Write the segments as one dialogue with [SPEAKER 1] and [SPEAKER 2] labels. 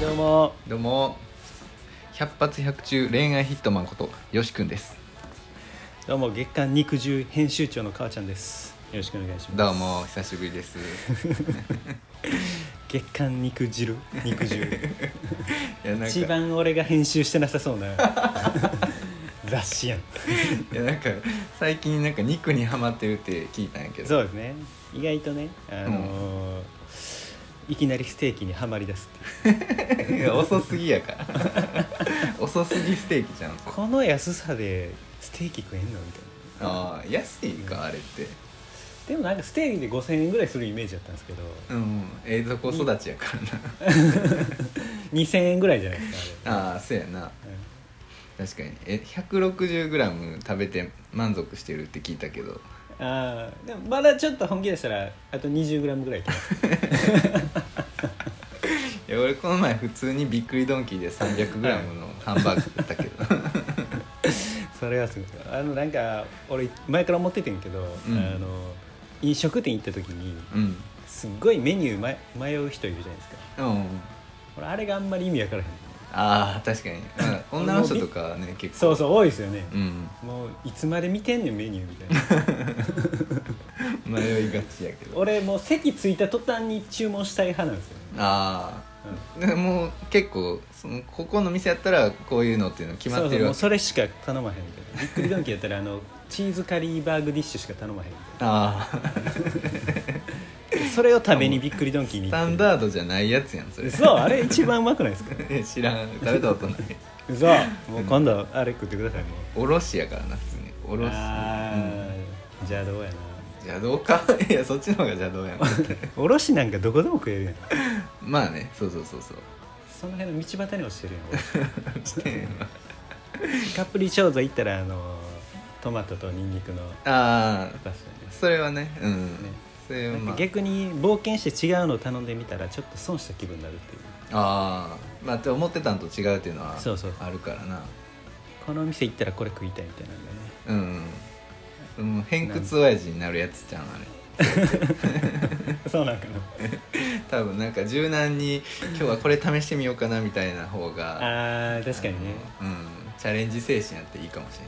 [SPEAKER 1] どうも
[SPEAKER 2] どうも百発百中恋愛ヒットマンことよしくんです
[SPEAKER 1] どうも月刊肉汁編集長の母ちゃんですよろしくお願いします
[SPEAKER 2] どうも久しぶりです
[SPEAKER 1] 月刊肉汁肉 汁
[SPEAKER 2] いやなんか
[SPEAKER 1] 一番俺が編集してなさそうな 雑誌やん
[SPEAKER 2] いやなんか最近なんか肉にハマってるって聞いたんやけど
[SPEAKER 1] そうですね意外とねあのーいきなりステーキにはまりだすっていう
[SPEAKER 2] いや遅すぎやから 遅すぎステーキじゃん
[SPEAKER 1] この安さでステーキ食えんのみたいな
[SPEAKER 2] ああ安いんかあれって
[SPEAKER 1] でもなんかステーキで5000円ぐらいするイメージだったんですけど
[SPEAKER 2] うんええとこ育ちやから
[SPEAKER 1] 2000円ぐらいじゃないですかあ
[SPEAKER 2] なああそうやな
[SPEAKER 1] れ、うん
[SPEAKER 2] 確かにえ 160g 食べて満足してるって聞いたけど
[SPEAKER 1] ああでもまだちょっと本気出したらあと 20g ぐらいいけます
[SPEAKER 2] いや俺この前普通にびっくりドンキーで 300g のハンバーグ食ったけど
[SPEAKER 1] それはすごいあのなんか俺前から思っててんけど、
[SPEAKER 2] うん
[SPEAKER 1] あの飲食店行った時に
[SPEAKER 2] うん
[SPEAKER 1] すっごいメニュー迷迷う人いるじゃないですか
[SPEAKER 2] うん
[SPEAKER 1] 俺あれがあんまり意味わからへん
[SPEAKER 2] ああ確かに、 うん、女の人とかはね結構
[SPEAKER 1] そうそう多いですよね、
[SPEAKER 2] うん
[SPEAKER 1] もういつまで見てんねんメニューみたいな
[SPEAKER 2] 迷いがちやけど
[SPEAKER 1] 俺もう席着いた途端に注文したい派なんですよ、
[SPEAKER 2] あ
[SPEAKER 1] うん
[SPEAKER 2] あでも結構そのここの店やったらこういうのっていうの決まっ
[SPEAKER 1] そ
[SPEAKER 2] て
[SPEAKER 1] うそうも
[SPEAKER 2] るわ
[SPEAKER 1] う
[SPEAKER 2] け
[SPEAKER 1] それしか頼まへんみたいなびっくりドンキーやったらあの チーズカリーバーグディッシュしか頼まへんみ
[SPEAKER 2] ああ
[SPEAKER 1] たいなそれを食べにびっくりドンキーに
[SPEAKER 2] ス
[SPEAKER 1] 行っ
[SPEAKER 2] タ
[SPEAKER 1] て
[SPEAKER 2] ンダードじゃ ないやつやんそれ
[SPEAKER 1] そうあれ一番うまくないですか
[SPEAKER 2] 知らん食べたことない
[SPEAKER 1] 嘘もう今度あれ食ってくださいも
[SPEAKER 2] おろしやからな普通にお
[SPEAKER 1] う
[SPEAKER 2] ろし、うん、じ
[SPEAKER 1] あーじゃあどうやな
[SPEAKER 2] ゃどうか いやそっちの方が邪 道やん
[SPEAKER 1] おろしなんかどこでも食えるやん
[SPEAKER 2] まあねそうそうそうそう
[SPEAKER 1] その辺の道端に落ちてるやんおろし
[SPEAKER 2] してんわ
[SPEAKER 1] カプリチョーザ行ったらあのトマトとニンニクの
[SPEAKER 2] ああ
[SPEAKER 1] パスタ
[SPEAKER 2] それはねうん
[SPEAKER 1] ね
[SPEAKER 2] それ
[SPEAKER 1] や
[SPEAKER 2] は
[SPEAKER 1] ねなん
[SPEAKER 2] ま
[SPEAKER 1] か
[SPEAKER 2] あ
[SPEAKER 1] 逆に冒険して違うのを頼んでみたらちょっと損した気分になるっていう
[SPEAKER 2] ああまあって思ってたんと違うっていうのは
[SPEAKER 1] そうそう
[SPEAKER 2] あるからな
[SPEAKER 1] このお店行ったらこれ食いたいみたいなんだね
[SPEAKER 2] うん、うん、偏屈親父になるやつじゃんあれ
[SPEAKER 1] そうなんかな
[SPEAKER 2] 多分なんか柔軟に今日はこれ試してみようかなみたいな方が
[SPEAKER 1] あー確かにね
[SPEAKER 2] あのうんチャレンジ精神あっていいかもしれん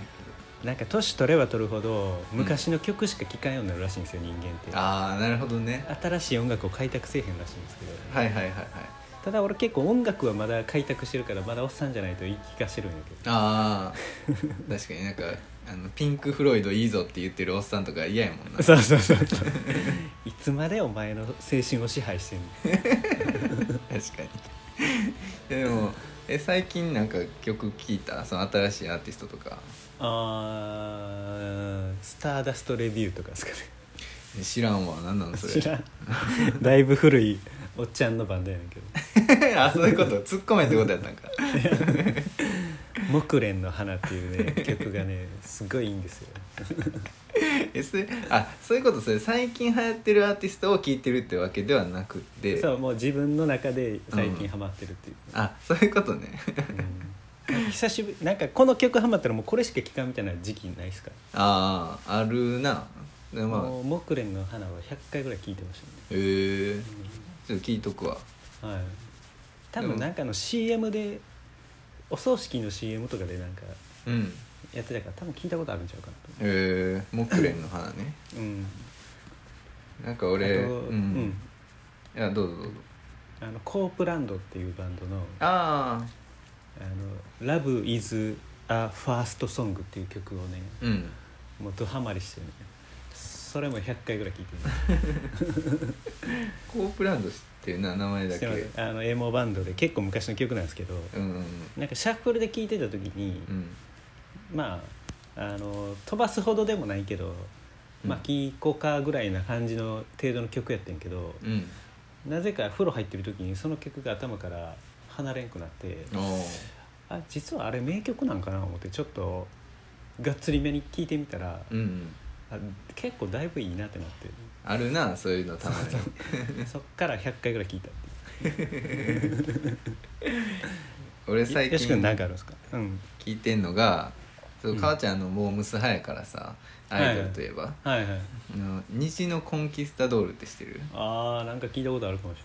[SPEAKER 1] なんか年取れば取るほど昔の曲しか聴かんようになるらしいんですよ人間って
[SPEAKER 2] けどああなるほどね
[SPEAKER 1] 新しい音楽を開拓せえへんらしいんですけど
[SPEAKER 2] はいはいはいはい
[SPEAKER 1] ただ俺結構音楽はまだ開拓してるからまだおっさんじゃないと言い聞かしてるんやけ
[SPEAKER 2] ああ 確かになんかあのピンク・フロイドいいぞって言ってるおっさんとか嫌やもんな
[SPEAKER 1] どそうそうそういつまでお前の青春を支配 してんの
[SPEAKER 2] 確かに でもえ最近なんか曲聴いたその新しいアーティストとか
[SPEAKER 1] あースターダストレビューとかですかね
[SPEAKER 2] え知らんわ何なのそれ
[SPEAKER 1] 知らんだいぶ古いおっちゃんのバンドやねんけど
[SPEAKER 2] あそういうこと突っ込めってことやったんか
[SPEAKER 1] 「木蓮の花」っていうね曲が ねすごいいいんですよ
[SPEAKER 2] えそれあそういうことそれ最近流行ってるアーティストを聴いてるってわけではなくて
[SPEAKER 1] そうもう自分の中で最近ハマってるっていう、
[SPEAKER 2] あそういうことね
[SPEAKER 1] うん久しぶりなんかこの曲ハマったらもうこれしか聴かんみたいな時期ないですか、
[SPEAKER 2] あああるなでま
[SPEAKER 1] も
[SPEAKER 2] あ
[SPEAKER 1] う木蓮の花は100回ぐらい聴いてまし
[SPEAKER 2] へえちょっと聞いとくわ
[SPEAKER 1] たね、はい、多分なんかの CM でお葬式の CM とかでなんか
[SPEAKER 2] うんへ
[SPEAKER 1] やってたから多分聞いたことあるんちゃうかなと
[SPEAKER 2] え木蓮の花ね
[SPEAKER 1] うん
[SPEAKER 2] なんか
[SPEAKER 1] あと
[SPEAKER 2] 俺うん、
[SPEAKER 1] う
[SPEAKER 2] うん
[SPEAKER 1] ん、
[SPEAKER 2] いやどうぞどうぞ
[SPEAKER 1] あのコープランドっていうバンドの「
[SPEAKER 2] ああ
[SPEAKER 1] あの Love is a first song」っていう曲をね
[SPEAKER 2] うん
[SPEAKER 1] もうドハマりしてるねそれも100回ぐらい聴いてる
[SPEAKER 2] コープランド知ってるな名前だ
[SPEAKER 1] して
[SPEAKER 2] け
[SPEAKER 1] ますあのエモバンドで結構昔の曲なんですけど、
[SPEAKER 2] うんうん
[SPEAKER 1] なんかシャッフルで聴いてた時に、
[SPEAKER 2] うん
[SPEAKER 1] まああの飛ばすほどでもないけど、まあ
[SPEAKER 2] うん
[SPEAKER 1] 聴こうかぐらいな感じの程度の曲やってんけど、
[SPEAKER 2] うん
[SPEAKER 1] なぜか風呂入ってる時にその曲が頭から離れんくなって、
[SPEAKER 2] おー
[SPEAKER 1] あ実はあれ名曲なんかな思ってちょっとがっつりめに聴いてみたら、
[SPEAKER 2] うんうん
[SPEAKER 1] あ結構だいぶいいなってなって
[SPEAKER 2] あるなそういうのたまに
[SPEAKER 1] そっから100回ぐらい聴いたっていう
[SPEAKER 2] 俺最
[SPEAKER 1] よし君
[SPEAKER 2] 近
[SPEAKER 1] なんかあるんですか、うん、
[SPEAKER 2] 聞いてんのがそう
[SPEAKER 1] うん
[SPEAKER 2] 母ちゃんのモームス派やからさ、アイドルといえば、
[SPEAKER 1] はいはい
[SPEAKER 2] あの虹のコンキスタドールって知ってる
[SPEAKER 1] あーなんか聞いたことあるかもし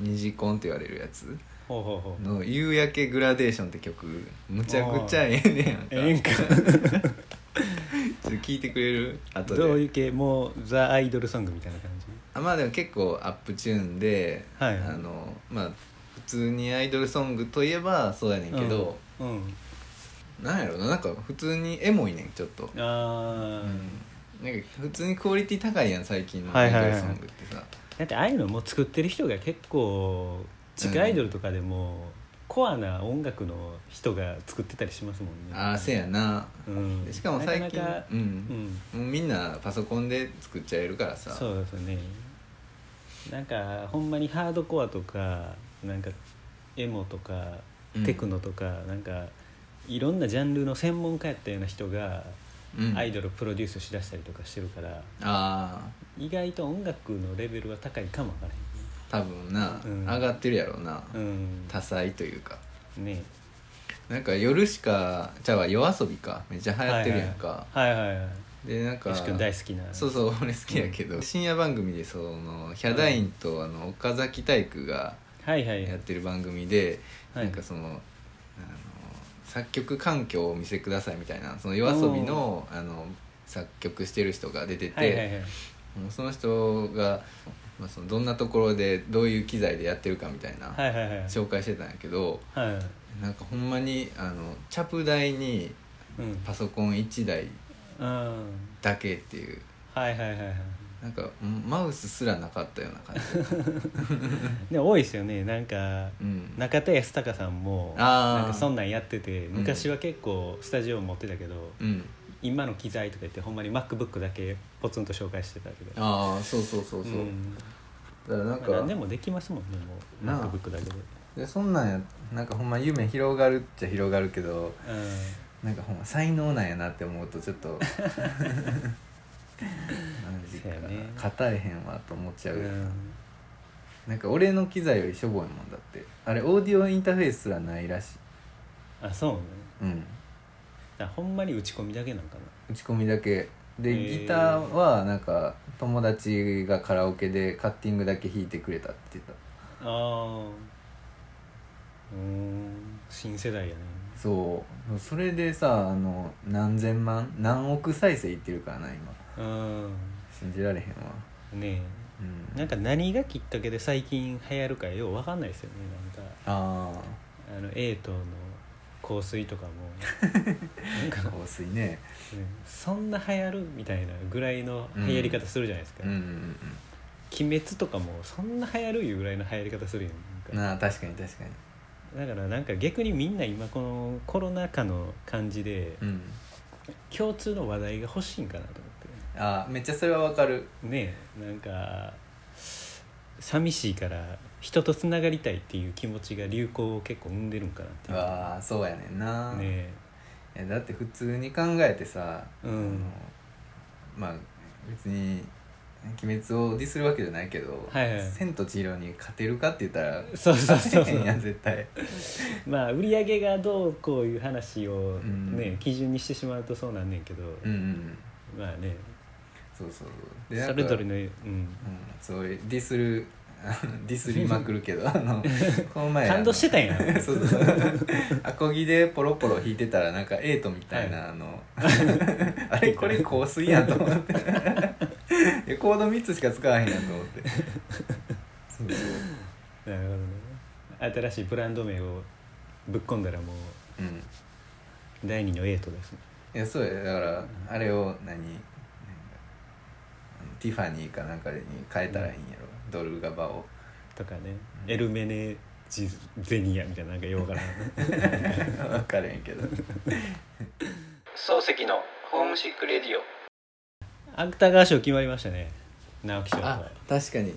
[SPEAKER 1] れない
[SPEAKER 2] 虹コンって言われるやつ
[SPEAKER 1] ほうほうほう
[SPEAKER 2] の「夕焼けグラデーション」って曲むちゃくちゃええねやんか
[SPEAKER 1] ええんか
[SPEAKER 2] ちょっと聞いてくれる 後で
[SPEAKER 1] どういう系もうザ・アイドルソングみたいな感じ
[SPEAKER 2] あまあでも結構アップチューンで、
[SPEAKER 1] はい
[SPEAKER 2] あのまあ普通にアイドルソングといえばそうやねんけど、
[SPEAKER 1] うん、うん
[SPEAKER 2] なんやろななんか普通にエモいねんちょっと、
[SPEAKER 1] あー、
[SPEAKER 2] うん、なんか普通にクオリティ高いやん最近の
[SPEAKER 1] は
[SPEAKER 2] ア
[SPEAKER 1] い
[SPEAKER 2] イ
[SPEAKER 1] は
[SPEAKER 2] ド
[SPEAKER 1] いはい
[SPEAKER 2] ルソングってさ、
[SPEAKER 1] だってああいうのも作ってる人が結構地下アイドルとかでも、コアな音楽の人が作ってたりしますもんね
[SPEAKER 2] ああせやな
[SPEAKER 1] うん
[SPEAKER 2] でしかも最近
[SPEAKER 1] なかなか
[SPEAKER 2] う、
[SPEAKER 1] うんん
[SPEAKER 2] もうみんなパソコンで作っちゃえるからさ
[SPEAKER 1] そうですねなんかほんまにハードコアとかなんかエモとか
[SPEAKER 2] うん
[SPEAKER 1] テクノとか、なんかいろんなジャンルの専門家やったような人が
[SPEAKER 2] うん
[SPEAKER 1] アイドルをプロデュースしだしたりとかしてるから、
[SPEAKER 2] ああ
[SPEAKER 1] 意外と音楽のレベルは高いかもわから
[SPEAKER 2] 多分な、
[SPEAKER 1] うん
[SPEAKER 2] 上がってるやろうな、
[SPEAKER 1] へんうん
[SPEAKER 2] 多彩というか
[SPEAKER 1] ね
[SPEAKER 2] なんか夜しかじゃあ夜遊びかめっちゃ流行ってるやんか、
[SPEAKER 1] はいはいはい
[SPEAKER 2] でなんか
[SPEAKER 1] よし君大好きな
[SPEAKER 2] そうそう俺好きやけど、深夜番組でそのヒャダインとあの岡崎体育が
[SPEAKER 1] はいはい
[SPEAKER 2] やってる番組で、
[SPEAKER 1] はい
[SPEAKER 2] なんかそのあの作曲環境をお見せくださいみたいなその夜遊びのあの作曲してる人が出てて、
[SPEAKER 1] はいはいはい
[SPEAKER 2] もうその人が、まあ、そのどんなところでどういう機材でやってるかみたいな、
[SPEAKER 1] はいはいはい
[SPEAKER 2] 紹介してたんやけど
[SPEAKER 1] はい
[SPEAKER 2] なんかほんまにあのチャプ台に
[SPEAKER 1] うん
[SPEAKER 2] パソコン1台
[SPEAKER 1] うん
[SPEAKER 2] だけっていう
[SPEAKER 1] はいはいはいはい
[SPEAKER 2] なんかうんマウスすらなかったような 感じ、
[SPEAKER 1] でも多いですよねなんか
[SPEAKER 2] うん、
[SPEAKER 1] 中田康隆さんも
[SPEAKER 2] あー
[SPEAKER 1] なんかそんなんやってて
[SPEAKER 2] ん
[SPEAKER 1] 昔は結構スタジオ持ってたけど、
[SPEAKER 2] うん、
[SPEAKER 1] 今の機材とか言ってほんまに MacBook だけポツンと紹介してたけど
[SPEAKER 2] ああそうそうそうそう、
[SPEAKER 1] ん
[SPEAKER 2] だからなん
[SPEAKER 1] まあ何で
[SPEAKER 2] か
[SPEAKER 1] もできますもんねもう
[SPEAKER 2] なあ
[SPEAKER 1] MacBook だけで、
[SPEAKER 2] でそんなんやなんかほんま夢広がるっちゃ広がるけど
[SPEAKER 1] う
[SPEAKER 2] なんかほんま才能なんやなって思うとちょ っとマジ
[SPEAKER 1] そ
[SPEAKER 2] か
[SPEAKER 1] うやね
[SPEAKER 2] 勝たれへんわと思っちゃう、
[SPEAKER 1] ん
[SPEAKER 2] よ
[SPEAKER 1] うん
[SPEAKER 2] なんか俺の機材よりしょぼいもんだってあれオーディオインターフェースすらないらしい
[SPEAKER 1] あそうね
[SPEAKER 2] うん
[SPEAKER 1] だからほんまに打ち込みだけなんかな
[SPEAKER 2] 打ち込みだけで、
[SPEAKER 1] へー
[SPEAKER 2] ギターはなんか友達がカラオケでカッティングだけ弾いてくれたって言ってた
[SPEAKER 1] ああうーん新世代やね
[SPEAKER 2] そうそれでさあの何千万何億再生いってるからな今
[SPEAKER 1] う
[SPEAKER 2] 信じられへんわ
[SPEAKER 1] んね
[SPEAKER 2] うん
[SPEAKER 1] えなんか何がきっかけで最近流行るかようわかんないですよねなんか
[SPEAKER 2] あ
[SPEAKER 1] あのエイトの香水とか もなんか
[SPEAKER 2] あ
[SPEAKER 1] ね
[SPEAKER 2] 香水ね
[SPEAKER 1] そんな流行るみたいなぐらいの流行り方するじゃないですか「
[SPEAKER 2] うんうんうん
[SPEAKER 1] 鬼滅」とかもそんな流行るいうぐらいの流行り方するやん
[SPEAKER 2] うん
[SPEAKER 1] なんか
[SPEAKER 2] なあ確かに確かに
[SPEAKER 1] だからなんか逆にみんな今このコロナ禍の感じで
[SPEAKER 2] うん
[SPEAKER 1] 共通の話題が欲しいんかなと思って。
[SPEAKER 2] あーめっちゃそれはわかる
[SPEAKER 1] ねえなんか寂しいから人とつながりたいっていう気持ちが流行を結構生んでるんかなっていう
[SPEAKER 2] わあそうやねんな、
[SPEAKER 1] ね
[SPEAKER 2] いやだって普通に考えてさ、
[SPEAKER 1] うん
[SPEAKER 2] あのまあ別に「鬼滅」をディスるわけじゃないけど「
[SPEAKER 1] はいはい
[SPEAKER 2] 千と千尋」に勝てるかって言ったら
[SPEAKER 1] え そうそうそう
[SPEAKER 2] 勝て
[SPEAKER 1] そ
[SPEAKER 2] へんやん
[SPEAKER 1] う
[SPEAKER 2] 絶対
[SPEAKER 1] まあ売り上げがどうこういう話を
[SPEAKER 2] うん
[SPEAKER 1] ね、基準にしてしまうとそうなんねんけど、
[SPEAKER 2] うんうん
[SPEAKER 1] まあね
[SPEAKER 2] そうそうそうなん
[SPEAKER 1] そ
[SPEAKER 2] か
[SPEAKER 1] れぞれのうん
[SPEAKER 2] うん、そうディスるあのディスりまくるけどあ のこの前
[SPEAKER 1] 感動してたん や
[SPEAKER 2] あの そうそうアコギでポロポロ弾いてたらなんかエイトみたいな、
[SPEAKER 1] は
[SPEAKER 2] あの あれこれ香水やんと思って レコード3つしか使わへんやんと思ってそうそう
[SPEAKER 1] なるほどね新しいブランド名をぶっ込んだらもう
[SPEAKER 2] うんい
[SPEAKER 1] 第二のエイトですね
[SPEAKER 2] やそうやだからあれを何なんかあのティファニーかなんかに変えたらいいんやろ、ドルガバを
[SPEAKER 1] とかね、
[SPEAKER 2] うん
[SPEAKER 1] エルメネジゼニアみたいななんかようわからん
[SPEAKER 2] 分かれへんけど
[SPEAKER 3] 漱石のホームシックレディオ
[SPEAKER 1] 芥川賞決まりましたね直木賞
[SPEAKER 2] あ
[SPEAKER 1] と
[SPEAKER 2] 確かに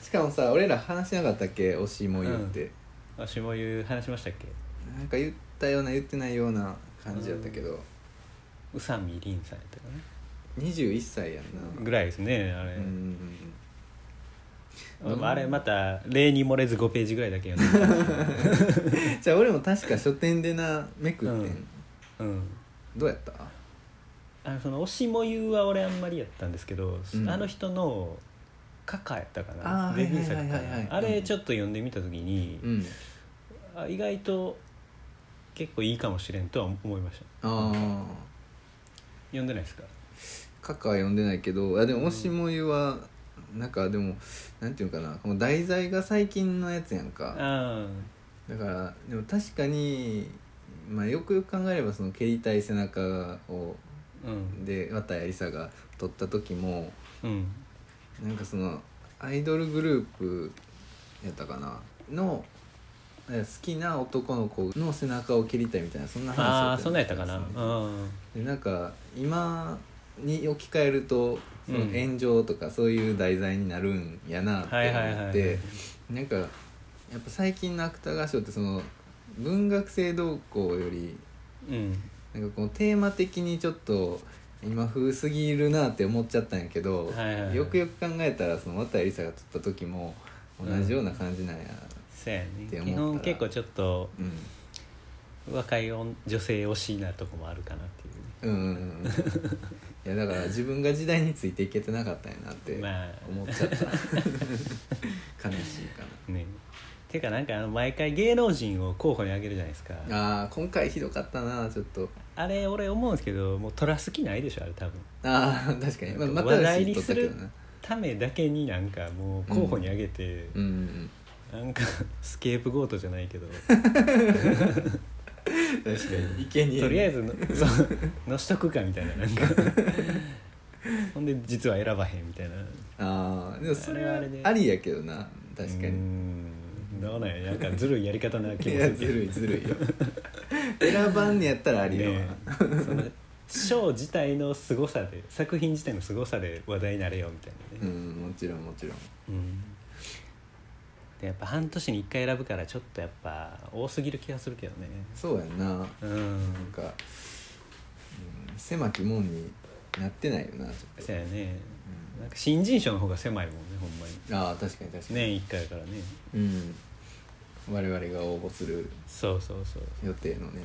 [SPEAKER 2] しかもさ俺ら話しなかったっけ推しも言って、
[SPEAKER 1] 私も言う話しましたっけ
[SPEAKER 2] なんか言ったような言ってないような感じやったけど、
[SPEAKER 1] 宇佐美凛さんやったか
[SPEAKER 2] 21歳やん
[SPEAKER 1] な
[SPEAKER 2] な
[SPEAKER 1] ぐらいですねあれ、
[SPEAKER 2] うんうん
[SPEAKER 1] でもあれまた例に漏れず5ページぐらいだけ読んで
[SPEAKER 2] うんじゃあ俺も確か書店でなめくってん、
[SPEAKER 1] うんた、うん、
[SPEAKER 2] どうやった
[SPEAKER 1] あのその「推しも言う」は俺あんまりやったんですけど、
[SPEAKER 2] うん
[SPEAKER 1] あの人の「カカ」やったか
[SPEAKER 2] あ
[SPEAKER 1] な
[SPEAKER 2] ー
[SPEAKER 1] デビュー作か
[SPEAKER 2] はいはいはいはいはい
[SPEAKER 1] なあれちょっと読んでみた時に、
[SPEAKER 2] うん
[SPEAKER 1] あ意外と結構いいかもしれんとは思いました
[SPEAKER 2] ああ
[SPEAKER 1] 読んでないですか
[SPEAKER 2] カカは読んでないけどいやでも「推しもゆ」はなんかでもなんていうのかなこの題材が最近のやつやんか
[SPEAKER 1] あ
[SPEAKER 2] だからでも確かに、まあ、よくよく考えればその蹴りたい背中を
[SPEAKER 1] あうん
[SPEAKER 2] で綿谷りさが撮った時も
[SPEAKER 1] うん
[SPEAKER 2] なんかそのアイドルグループやったかなのえ好きな男の子の背中を蹴りたいみたいなそんな話
[SPEAKER 1] ああ
[SPEAKER 2] よ
[SPEAKER 1] そんなんやったかな
[SPEAKER 2] ですね
[SPEAKER 1] うん
[SPEAKER 2] でなんか今に置き換えるとその
[SPEAKER 1] うん
[SPEAKER 2] 炎上とかそういう題材になるんやなって
[SPEAKER 1] はいはい
[SPEAKER 2] 思
[SPEAKER 1] は
[SPEAKER 2] っ
[SPEAKER 1] い
[SPEAKER 2] てなんかやっぱ最近の芥川賞ってその文学性動向より
[SPEAKER 1] うん
[SPEAKER 2] なんかこのテーマ的にちょっと今風すぎるなって思っちゃったんやけど、
[SPEAKER 1] はいはいはい
[SPEAKER 2] よくよく考えたらその綿谷りさが撮った時も同じような感じなんや、
[SPEAKER 1] そうやね
[SPEAKER 2] って思ったら
[SPEAKER 1] 基本結構ちょっと
[SPEAKER 2] うん、
[SPEAKER 1] 若い女女性惜しいなとこもあるかなっていうね
[SPEAKER 2] うんうんうんいやだから自分が時代についていけてなかったんやなって
[SPEAKER 1] まあ
[SPEAKER 2] 思っちゃった、悲しいか
[SPEAKER 1] ねてかなんかあの毎回芸能人を候補に挙げるじゃないですか
[SPEAKER 2] なあー今回ひどかったなちょっと
[SPEAKER 1] あれ俺思うんですけどもう取らす気ないでしょあれ多分
[SPEAKER 2] ああ確かに、まあ、また
[SPEAKER 1] 話題にする
[SPEAKER 2] 撮ったけどな
[SPEAKER 1] ためだけになんかもう候補に挙げて、
[SPEAKER 2] うんうん
[SPEAKER 1] なんかスケープゴートじゃないけど
[SPEAKER 2] うん確かにいけに
[SPEAKER 1] とりあえ
[SPEAKER 2] ず
[SPEAKER 1] ずの そうのしとくかみたいななん かほんで実は選ばへんみたいな
[SPEAKER 2] ああでもそれ
[SPEAKER 1] あれはあ
[SPEAKER 2] は
[SPEAKER 1] れで
[SPEAKER 2] ありやけどな確か
[SPEAKER 1] うー
[SPEAKER 2] に
[SPEAKER 1] んどうなんやなんかずるいやり方な気
[SPEAKER 2] い
[SPEAKER 1] も
[SPEAKER 2] や
[SPEAKER 1] する
[SPEAKER 2] ずるいずるいよ選ばんねやったらありよ、
[SPEAKER 1] ねえそのショー自体の凄さで作品自体の凄さで話題になれよみたいなね、
[SPEAKER 2] うんもちろんもちろん
[SPEAKER 1] うんでやっぱ半年に1回選ぶからちょっとやっぱ多すぎる気がするけどね
[SPEAKER 2] そうやんななん
[SPEAKER 1] うん
[SPEAKER 2] か、うん、狭き門になってないよなちょっと
[SPEAKER 1] そうやねなんか新人賞の方が狭いもんねほんまに
[SPEAKER 2] ああ確かに確かに、
[SPEAKER 1] 年1回やからね
[SPEAKER 2] うん我々が応募する
[SPEAKER 1] そうそうそう
[SPEAKER 2] 予定のね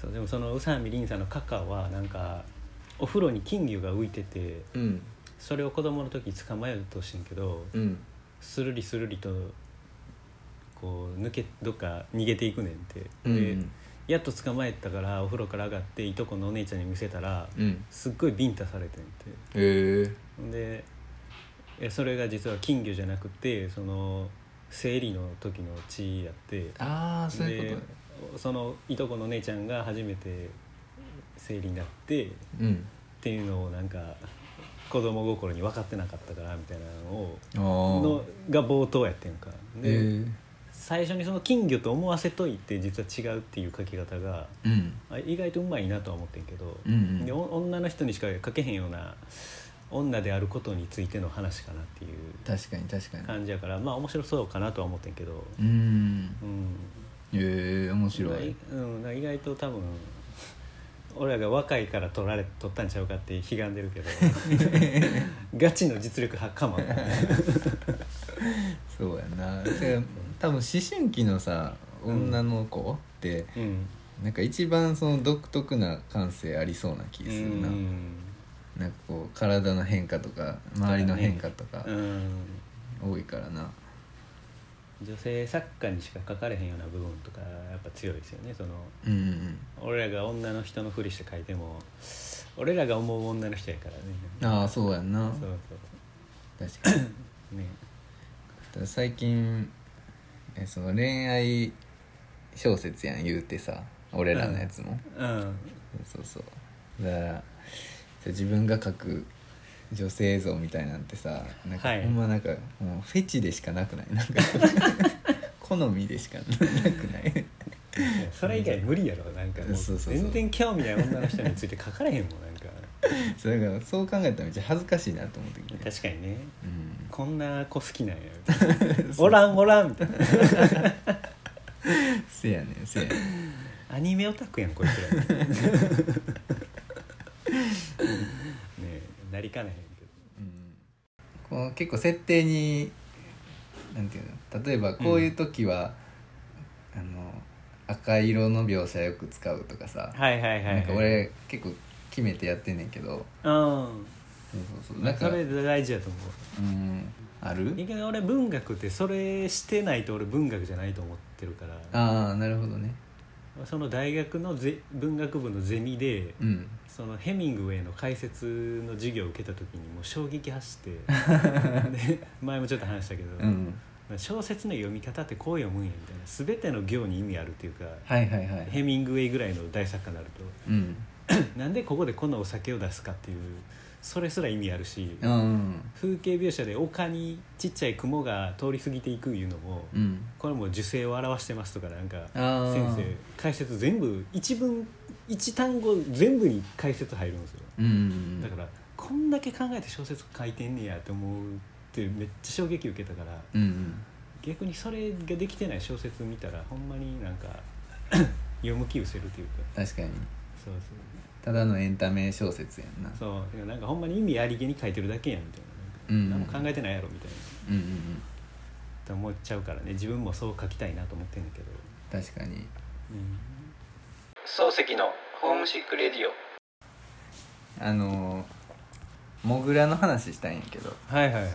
[SPEAKER 1] そうでもその宇佐美凛さんのカカはなんかお風呂に金魚が浮いてて
[SPEAKER 2] うん
[SPEAKER 1] それを子供の時捕まえようとしてんけど
[SPEAKER 2] うん
[SPEAKER 1] スルリスルリとこう抜けどっか逃げていくねんって、
[SPEAKER 2] うん
[SPEAKER 1] でやっと捕まえたからお風呂から上がっていとこのお姉ちゃんに見せたら
[SPEAKER 2] うん
[SPEAKER 1] すっごいビンタされてんって
[SPEAKER 2] へえ
[SPEAKER 1] ほんでえそれが実は金魚じゃなくてその生理の時の血やって
[SPEAKER 2] ああそういうことね
[SPEAKER 1] でそのいとこのお姉ちゃんが初めて生理になってっ
[SPEAKER 2] うん
[SPEAKER 1] ていうのをなんか子供心に分かってなかったからみたいなのを
[SPEAKER 2] ああ
[SPEAKER 1] のが冒頭やってんかで、
[SPEAKER 2] へえ
[SPEAKER 1] 最初にその金魚と思わせといて実は違うっていう書き方が
[SPEAKER 2] うん
[SPEAKER 1] あ意外とうまいなとは思ってんけど、
[SPEAKER 2] うんうん
[SPEAKER 1] でお女の人にしか書けへんような女であることについての話かなっていう
[SPEAKER 2] 確かに確かに
[SPEAKER 1] 感じやからまあ面白そうかなとは思ってんけど、
[SPEAKER 2] うん
[SPEAKER 1] うん、
[SPEAKER 2] へえ面白い
[SPEAKER 1] 意外,、うん、なんか意外と多分俺らが若いから取られ取ったんちゃうかって悲願でる けどガチの実力派かも、
[SPEAKER 2] そうやなで多分思春期のさ女の子って、
[SPEAKER 1] うん、
[SPEAKER 2] なんか一番その独特な感性ありそうな気するな、
[SPEAKER 1] うん
[SPEAKER 2] なんかこう体の変化とか周りの変化とか
[SPEAKER 1] うん
[SPEAKER 2] 多いからな、
[SPEAKER 1] 女性作家にしか書かれへんような部分とかやっぱ強いですよねその
[SPEAKER 2] うんうん
[SPEAKER 1] 俺らが女の人のふりして書いても俺らが思う女の人やからね
[SPEAKER 2] うんああそうやんな
[SPEAKER 1] そう
[SPEAKER 2] 確 かに
[SPEAKER 1] そうね
[SPEAKER 2] ただ最近えその恋愛小説やん言うてさ俺らのやつも、
[SPEAKER 1] うん
[SPEAKER 2] そうそうだから自分が描く女性像みたいなんてさなんか、
[SPEAKER 1] はい
[SPEAKER 2] ほんまなんかもうフェチでしかなくない なんか好みでしかなくない
[SPEAKER 1] それ以外無理やろなんかもう
[SPEAKER 2] そうそうそう
[SPEAKER 1] 全然興味ない女の人について書かれへんもんなんか
[SPEAKER 2] そうだからそう考えたらめっちゃ恥ずかしいなと思って きて、
[SPEAKER 1] 確かにね
[SPEAKER 2] うん、
[SPEAKER 1] こんな子好き なんやみたいなおらんおらんみたいな
[SPEAKER 2] せやねんせやねん
[SPEAKER 1] アニメオタクやんこいつら ねえなりかねへんけど
[SPEAKER 2] うんこの結構設定になんていうの例えばこういう時は、あの赤色の描写よく使うとかさ、
[SPEAKER 1] はいはいはい、はい、
[SPEAKER 2] なんか俺結構決めてやってんねんけ
[SPEAKER 1] う
[SPEAKER 2] ど
[SPEAKER 1] ん
[SPEAKER 2] そうそうそう
[SPEAKER 1] な
[SPEAKER 2] なんん
[SPEAKER 1] か
[SPEAKER 2] か
[SPEAKER 1] それ大事だと思
[SPEAKER 2] うんある
[SPEAKER 1] いけど俺文学ってそれしてないと俺文学じゃないと思ってるから
[SPEAKER 2] ああなるほどね
[SPEAKER 1] その大学のぜ文学部のゼミで
[SPEAKER 2] うん
[SPEAKER 1] そのヘミングウェイの解説の授業を受けた時にもう衝撃走っ てで前もちょっと話したけど、
[SPEAKER 2] うん
[SPEAKER 1] 小説の読み方ってこう読むんやみたいな全ての行に意味あるっていうか、
[SPEAKER 2] はいはいは
[SPEAKER 1] ヘ
[SPEAKER 2] い
[SPEAKER 1] ミングウェイぐらいの大作家になる
[SPEAKER 2] うん
[SPEAKER 1] となんでここでこんなお酒を出すかっていうそれすら意味あるし、
[SPEAKER 2] うん
[SPEAKER 1] 風景描写で丘にちっちゃい雲が通り過ぎていくいうのも、
[SPEAKER 2] うん
[SPEAKER 1] これも樹勢を表してますとかなんか
[SPEAKER 2] あー
[SPEAKER 1] 先生解説全部一文一単語全部に解説入るんですよ、
[SPEAKER 2] うん
[SPEAKER 1] だからこんだけ考えて小説書いてんねやと思うってめっちゃ衝撃受けたから
[SPEAKER 2] うんうん
[SPEAKER 1] 逆にそれができてない小説見たらほんまになんか 読む気失せるというか
[SPEAKER 2] 確かに
[SPEAKER 1] そう
[SPEAKER 2] ただのエンタメ小説やんな
[SPEAKER 1] そうそうだからなんかほんまに意味ありげに書いてるだけやんみたいななんか
[SPEAKER 2] う
[SPEAKER 1] 何も
[SPEAKER 2] ん
[SPEAKER 1] 考えてないやろみたいな
[SPEAKER 2] うんうんうん
[SPEAKER 1] って思っちゃうからね自分もそう書きたいなと思ってんだけど、
[SPEAKER 2] 確かに
[SPEAKER 3] 漱石のホームシックレディオ
[SPEAKER 2] あのモグラの話したいんやけど
[SPEAKER 1] はいはいはい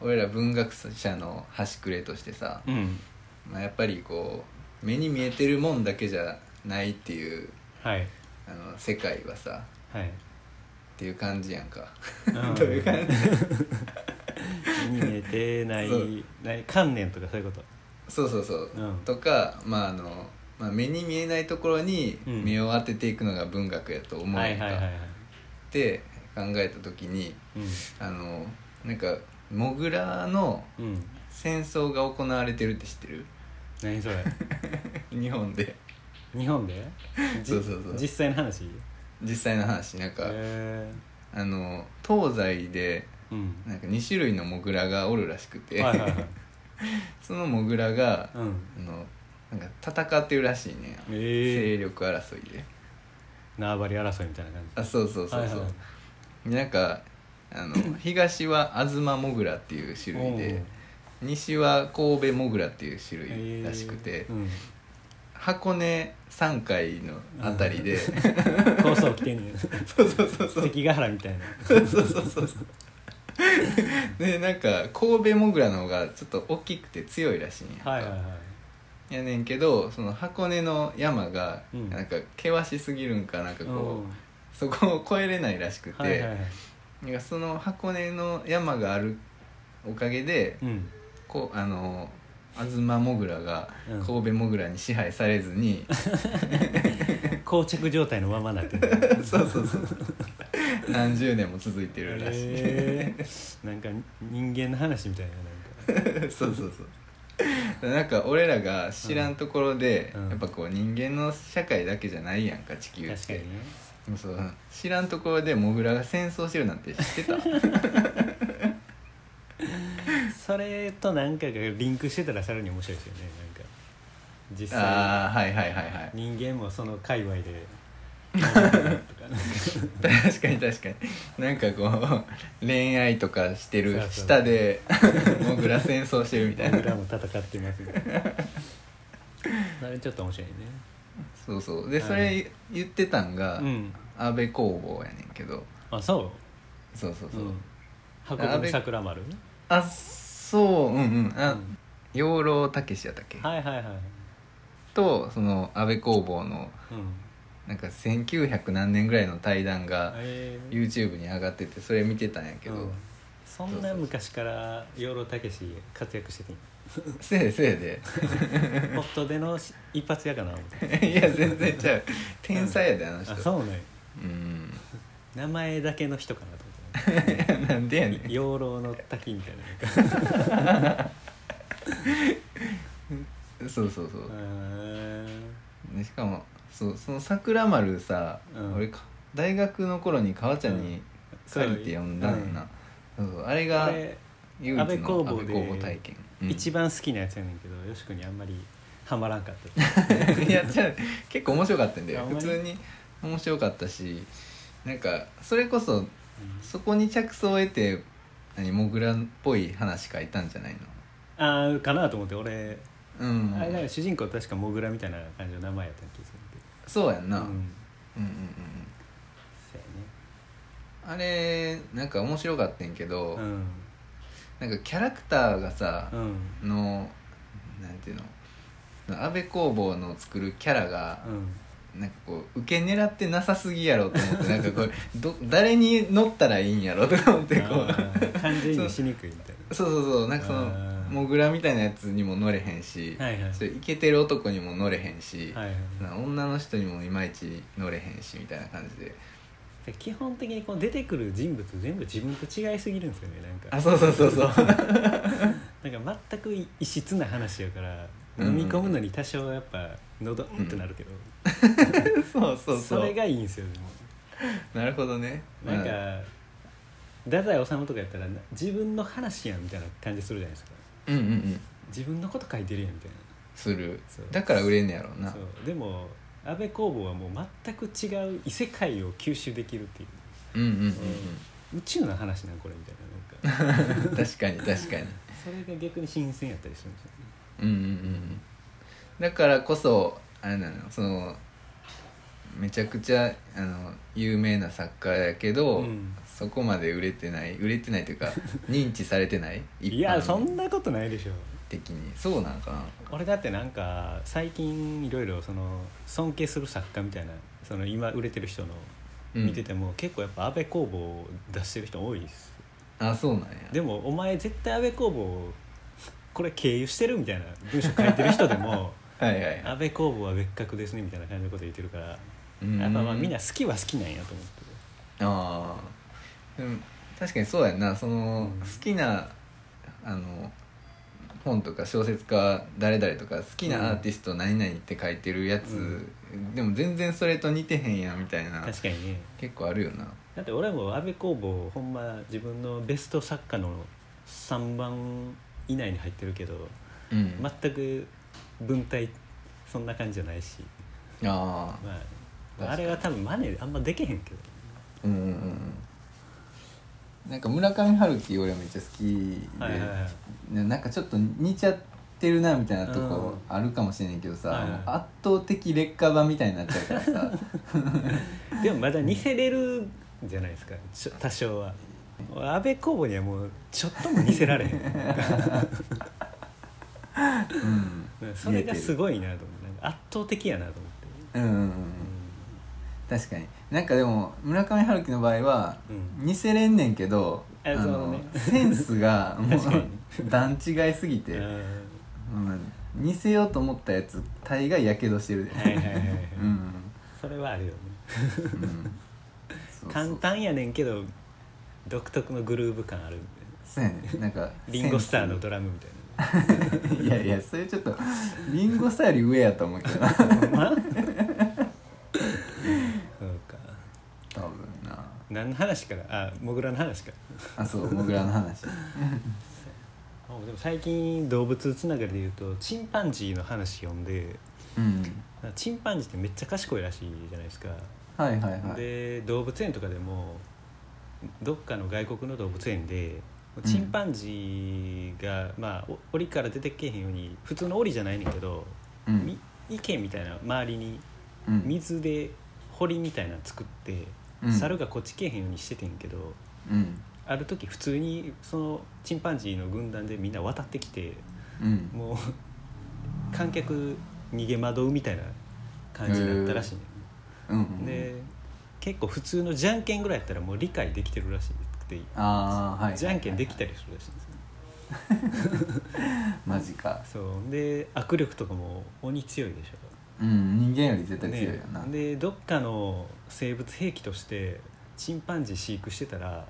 [SPEAKER 2] 俺ら文学者の端くれとしてさ、
[SPEAKER 1] うん
[SPEAKER 2] まあ、やっぱりこう目に見えてるもんだけじゃないっていう
[SPEAKER 1] はい
[SPEAKER 2] あの世界はさ
[SPEAKER 1] はい
[SPEAKER 2] っていう感じやんか
[SPEAKER 1] ん
[SPEAKER 2] どうい う感じ
[SPEAKER 1] 見えてない
[SPEAKER 2] そう
[SPEAKER 1] ない観念とかそういうこと
[SPEAKER 2] そうそうそう、
[SPEAKER 1] うん
[SPEAKER 2] とかまああの、まあ、目に見えないところに
[SPEAKER 1] うん
[SPEAKER 2] 目を当てていくのが文学やと思う
[SPEAKER 1] は
[SPEAKER 2] や
[SPEAKER 1] い
[SPEAKER 2] んか、
[SPEAKER 1] はいはいはい
[SPEAKER 2] って考えた時に
[SPEAKER 1] う
[SPEAKER 2] あのなんかモグラの
[SPEAKER 1] んうん
[SPEAKER 2] 戦争が行われてるって知ってる
[SPEAKER 1] 何それ
[SPEAKER 2] 日本で
[SPEAKER 1] 日本でじ
[SPEAKER 2] そうそうそう
[SPEAKER 1] 実際の話
[SPEAKER 2] 実際の話なんか、
[SPEAKER 1] へ
[SPEAKER 2] あの東西で
[SPEAKER 1] ーうん
[SPEAKER 2] なんか2種類のモグラがおるらしくて、
[SPEAKER 1] はいはいはい、
[SPEAKER 2] そのモグラが、
[SPEAKER 1] うん、
[SPEAKER 2] あのなんか戦ってるらしいね、
[SPEAKER 1] ええ
[SPEAKER 2] 勢力争いで
[SPEAKER 1] 縄張り争いみたいな感
[SPEAKER 2] あそうそう
[SPEAKER 1] じ
[SPEAKER 2] そうそう、なんか あの東は東モグラっていう種類で西は神戸モグラっていう種類らしくて、
[SPEAKER 1] うん、
[SPEAKER 2] 箱根山海のあたりで
[SPEAKER 1] 構想来てんねん
[SPEAKER 2] そうそうそうそう
[SPEAKER 1] 関ヶ原みたいな
[SPEAKER 2] そうそうそうそう でなんか神戸モグラの方がちょっと大きくて強いらしいんやんか
[SPEAKER 1] はいはいはい
[SPEAKER 2] やねんけどその箱根の山が
[SPEAKER 1] うん
[SPEAKER 2] なんか険しすぎるんかなんかこう、
[SPEAKER 1] うん
[SPEAKER 2] そこを越えれないらしくて、
[SPEAKER 1] はいはいはい
[SPEAKER 2] なんかその箱根の山があるおかげで、
[SPEAKER 1] うん
[SPEAKER 2] こうあの東モグラが
[SPEAKER 1] うん
[SPEAKER 2] 神戸モグラに支配されず に、
[SPEAKER 1] 膠着状態のままなってる
[SPEAKER 2] そうそうそう何十年も続いてるらしい、
[SPEAKER 1] へーなんか人間の話みたいななんか
[SPEAKER 2] そうそうそうなんか俺らが知らんところで、
[SPEAKER 1] うん
[SPEAKER 2] やっぱこう人間の社会だけじゃないやんか地球っ
[SPEAKER 1] 確かに
[SPEAKER 2] て
[SPEAKER 1] ね
[SPEAKER 2] そう知らんところでモグラが戦争してるなんて知ってた
[SPEAKER 1] それとなんかがリンクしてたらさらに面白いですよねなんか実際
[SPEAKER 2] ああはいはいはいはい
[SPEAKER 1] 人間もその界隈 で
[SPEAKER 2] 確かに確かになんかこう恋愛とかしてる
[SPEAKER 1] そうそう
[SPEAKER 2] 下で モグラ戦争してるみたいな
[SPEAKER 1] 裏も戦ってますみたいなそれちょっと面白いね
[SPEAKER 2] そうそうで
[SPEAKER 1] はい
[SPEAKER 2] それ言ってたんが、
[SPEAKER 1] うん
[SPEAKER 2] 安倍工房やねんけど
[SPEAKER 1] あそ
[SPEAKER 2] そうそう
[SPEAKER 1] う、
[SPEAKER 2] そう、
[SPEAKER 1] うん、箱根桜丸
[SPEAKER 2] あそううんうんあ、
[SPEAKER 1] うん
[SPEAKER 2] 養老たけしやったっけ、
[SPEAKER 1] はいはいはい
[SPEAKER 2] とその安倍工房の
[SPEAKER 1] うん
[SPEAKER 2] なんか1900何年ぐらいの対談が
[SPEAKER 1] えー
[SPEAKER 2] YouTube に上がっててそれ見てたんやけど、
[SPEAKER 1] うんそんな昔から養老たけし活躍してて
[SPEAKER 2] せいでせいで
[SPEAKER 1] ポットでのし一発やかな思って
[SPEAKER 2] いや全然ちゃう天才やであの人
[SPEAKER 1] あそうね
[SPEAKER 2] うん
[SPEAKER 1] 名前だけの人かなと思
[SPEAKER 2] なんでやね
[SPEAKER 1] って
[SPEAKER 2] ん
[SPEAKER 1] 養老の滝みたいな
[SPEAKER 2] そうそうそう
[SPEAKER 1] ーん
[SPEAKER 2] うでしかもそうその桜丸さ、
[SPEAKER 1] うん
[SPEAKER 2] 俺か大学の頃に川ちゃんに、
[SPEAKER 1] そう
[SPEAKER 2] 借りて呼んだねんな、そうそうあれが
[SPEAKER 1] あれ
[SPEAKER 2] 唯一の
[SPEAKER 1] 安
[SPEAKER 2] 安
[SPEAKER 1] 倍
[SPEAKER 2] 倍
[SPEAKER 1] 工
[SPEAKER 2] 工
[SPEAKER 1] 房
[SPEAKER 2] 房
[SPEAKER 1] で
[SPEAKER 2] 体験、
[SPEAKER 1] 一
[SPEAKER 2] 番
[SPEAKER 1] 番好きなやつやねんけどよしこにあんまりハマらんかった
[SPEAKER 2] いやじゃあ結構面白かったんだ
[SPEAKER 1] あ
[SPEAKER 2] よ
[SPEAKER 1] ほん
[SPEAKER 2] 普
[SPEAKER 1] まに
[SPEAKER 2] 通に面白かったしなんかそれこそそこに着想を得て何モグラっぽい話書いたんじゃないの
[SPEAKER 1] ああかなと思って俺
[SPEAKER 2] うん
[SPEAKER 1] あれだから主人公確かモグラみたいな感じの名前やった気がするけ
[SPEAKER 2] そうやんな、
[SPEAKER 1] ど
[SPEAKER 2] うん、うん
[SPEAKER 1] ん
[SPEAKER 2] うんうん
[SPEAKER 1] そう
[SPEAKER 2] あれなんか面白かったんけど、
[SPEAKER 1] やねうん
[SPEAKER 2] なんかキャラクターがさ
[SPEAKER 1] う、ん
[SPEAKER 2] のなんていうの安倍工房の作るキャラが、
[SPEAKER 1] うん
[SPEAKER 2] なんかこう受け狙ってなさすぎやろと思ってなんかこれど誰に乗ったらいいんやろとか思ってこ
[SPEAKER 1] あ
[SPEAKER 2] う
[SPEAKER 1] ー完全にしにくいみたい
[SPEAKER 2] そうそうそうなんかその
[SPEAKER 1] あー
[SPEAKER 2] モグラみたいなやつにも乗れへんし、
[SPEAKER 1] なはいはい
[SPEAKER 2] そうイケてる男にも乗れへんし、
[SPEAKER 1] はいはい
[SPEAKER 2] な女の人にもいまいち乗れへんしみたいな感じで
[SPEAKER 1] で基本的にこう出てくる人物全部自分と違いすぎるんですよねなんか
[SPEAKER 2] あそうそうそう そう
[SPEAKER 1] なんか全く異質な話やから
[SPEAKER 2] うん
[SPEAKER 1] 飲み込むのに多少はやっぱ喉うんってなるけど、
[SPEAKER 2] そうそうそ
[SPEAKER 1] そうれがいいんですよでも
[SPEAKER 2] なるほどね
[SPEAKER 1] なん
[SPEAKER 2] まあ
[SPEAKER 1] か太宰治とかやったらな自分の話やんみたいな感じするじゃないですか
[SPEAKER 2] うんうんうん
[SPEAKER 1] 自分のこと書いてるやんみたいな
[SPEAKER 2] する
[SPEAKER 1] そう
[SPEAKER 2] だから売れんねやろうな
[SPEAKER 1] そうでも安倍工房はもう全く違う異世界を吸収できるっていう
[SPEAKER 2] うんうん
[SPEAKER 1] 宇宙の話なんこれみたい ななんか
[SPEAKER 2] うんうん確かに確かに
[SPEAKER 1] それが逆に新鮮やったりするんですよね
[SPEAKER 2] うんうんうんだからこそあれなのそのめちゃくちゃあの有名な作家やけど、
[SPEAKER 1] うん
[SPEAKER 2] そこまで売れてない売れてないとい うか認知されてない一
[SPEAKER 1] いやそ
[SPEAKER 2] 般
[SPEAKER 1] んなことないでしょ
[SPEAKER 2] 的にそうなんかな
[SPEAKER 1] 俺だってなんか最近いろいろその尊敬する作家みたいなその今売れてる人の
[SPEAKER 2] うん
[SPEAKER 1] 見てても、結構やっぱ安倍工房出してる人多いです
[SPEAKER 2] あそうなんや
[SPEAKER 1] でもお前絶対安倍工房これ経由してるみたいな文章書いてる人でも
[SPEAKER 2] はい はいはい
[SPEAKER 1] 安倍工房は別格ですねみたいな感じのこと言ってるから
[SPEAKER 2] うん
[SPEAKER 1] やっぱまあみんな好きは好きなんやと思って
[SPEAKER 2] ああでも確かにそうやんなその、
[SPEAKER 1] うん
[SPEAKER 2] 好きなあの本とか小説家誰々とか好きなアーティスト何々って書いてるやつ、でも全然それと似てへんやんみたいな
[SPEAKER 1] 確かにね
[SPEAKER 2] 結構あるよな
[SPEAKER 1] だって俺も安倍工房ほんま自分のベスト作家の3番以内に入ってるけど
[SPEAKER 2] うん、
[SPEAKER 1] 全く文体そんな感じじゃないし、
[SPEAKER 2] ああ
[SPEAKER 1] ま
[SPEAKER 2] 確か
[SPEAKER 1] あ、
[SPEAKER 2] に
[SPEAKER 1] あれは多分マネあんまできへんけど
[SPEAKER 2] うんうんうんなんか村上春樹俺めっちゃ好きで、
[SPEAKER 1] はいはいはい
[SPEAKER 2] ねなんかちょっと似ちゃってるなみたいなとこあるかもしれないけどさ、
[SPEAKER 1] うんはいはい
[SPEAKER 2] もう圧倒的劣化版みたいになっちゃうからさ
[SPEAKER 1] でもまだ似せれるじゃないですかちょ多少は安倍公房にはもうちょっとも似せられへん
[SPEAKER 2] うん
[SPEAKER 1] それがすごいなと思ってなんか圧倒的やなと思って
[SPEAKER 2] うんうんうんうん確かになんかでも村上春樹の場合は、
[SPEAKER 1] う
[SPEAKER 2] 似せれんねんけど
[SPEAKER 1] あそうね
[SPEAKER 2] センス がも
[SPEAKER 1] 確か
[SPEAKER 2] う段違いすぎて、
[SPEAKER 1] うん
[SPEAKER 2] うん、似せようと思ったやつ大概やけどしてるで、
[SPEAKER 1] はいはいはいはい
[SPEAKER 2] うん、
[SPEAKER 1] それはあるよね
[SPEAKER 2] うん、そうそう
[SPEAKER 1] 簡単やねんけど独特のグルーヴ感ある
[SPEAKER 2] そうやねなんか
[SPEAKER 1] リンゴスターの
[SPEAKER 2] セ
[SPEAKER 1] ドラムみたい
[SPEAKER 2] ンス いやいやそれちょっとリンゴスターより上やと思うけどな 多
[SPEAKER 1] なほんまそうか
[SPEAKER 2] 分な
[SPEAKER 1] 何の話からあモグラの話か
[SPEAKER 2] あそうモグラの話
[SPEAKER 1] あでも最近動物つながりで言うとチンパンジーの話読んで
[SPEAKER 2] うん
[SPEAKER 1] チンパンジーってめっちゃ賢いらしいじゃないですか、
[SPEAKER 2] はいはいはい
[SPEAKER 1] で動物園とかでもどっかの外国の動物園でチンパンジーが、まあお檻から出てけへんように普通の檻じゃないねんけど、
[SPEAKER 2] うん
[SPEAKER 1] み池みたいな周りに
[SPEAKER 2] うん
[SPEAKER 1] 水で堀みたいなの作って、
[SPEAKER 2] うん
[SPEAKER 1] 猿がこっちけへんようにしててんけど
[SPEAKER 2] うん
[SPEAKER 1] ある時普通にそのチンパンジーの軍団でみんな渡ってきて
[SPEAKER 2] うん
[SPEAKER 1] もう 観客逃げ惑うみたいな感じになったらしいね、
[SPEAKER 2] うんうん
[SPEAKER 1] で結構普通のじゃんけんぐらいやったらもう理解できてるらしくて、
[SPEAKER 2] ああはい
[SPEAKER 1] じゃんけんできたりするらしいんですよ
[SPEAKER 2] マジか
[SPEAKER 1] そうで握力とかも鬼強いでし
[SPEAKER 2] うん人間より絶
[SPEAKER 1] ょ、
[SPEAKER 2] 対強いよな、
[SPEAKER 1] ねでどっかの生物兵器としてチンパンジー飼育してた ら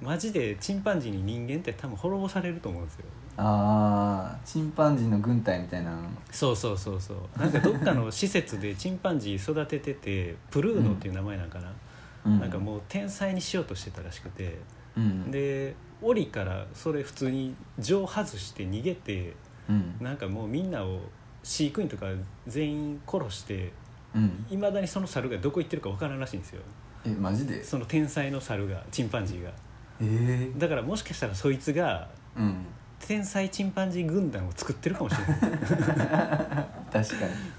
[SPEAKER 1] マジでチンパンジーに人間って多分滅ぼされると思うんですよ
[SPEAKER 2] ああチンパンジーの軍隊みたいな
[SPEAKER 1] そうそうそうそうなんかどっかの施設 でチンパンジー育てててプルーノっていう名前なんかな、
[SPEAKER 2] うん
[SPEAKER 1] なんかもう天才にしようとしてたらしくて、
[SPEAKER 2] うん
[SPEAKER 1] で檻からそれ普通に錠外して逃げて
[SPEAKER 2] うん
[SPEAKER 1] なんかもうみんなを飼育員とか全員殺して
[SPEAKER 2] うん
[SPEAKER 1] いまだにその猿がどこ行ってるかわからんらしいんですよ
[SPEAKER 2] えマジで
[SPEAKER 1] その天才の猿がチンパンジーが
[SPEAKER 2] えー、
[SPEAKER 1] だからもしかしたらそいつが
[SPEAKER 2] うん
[SPEAKER 1] 天才チンパンジー軍団を作ってるかもしれない
[SPEAKER 2] 確か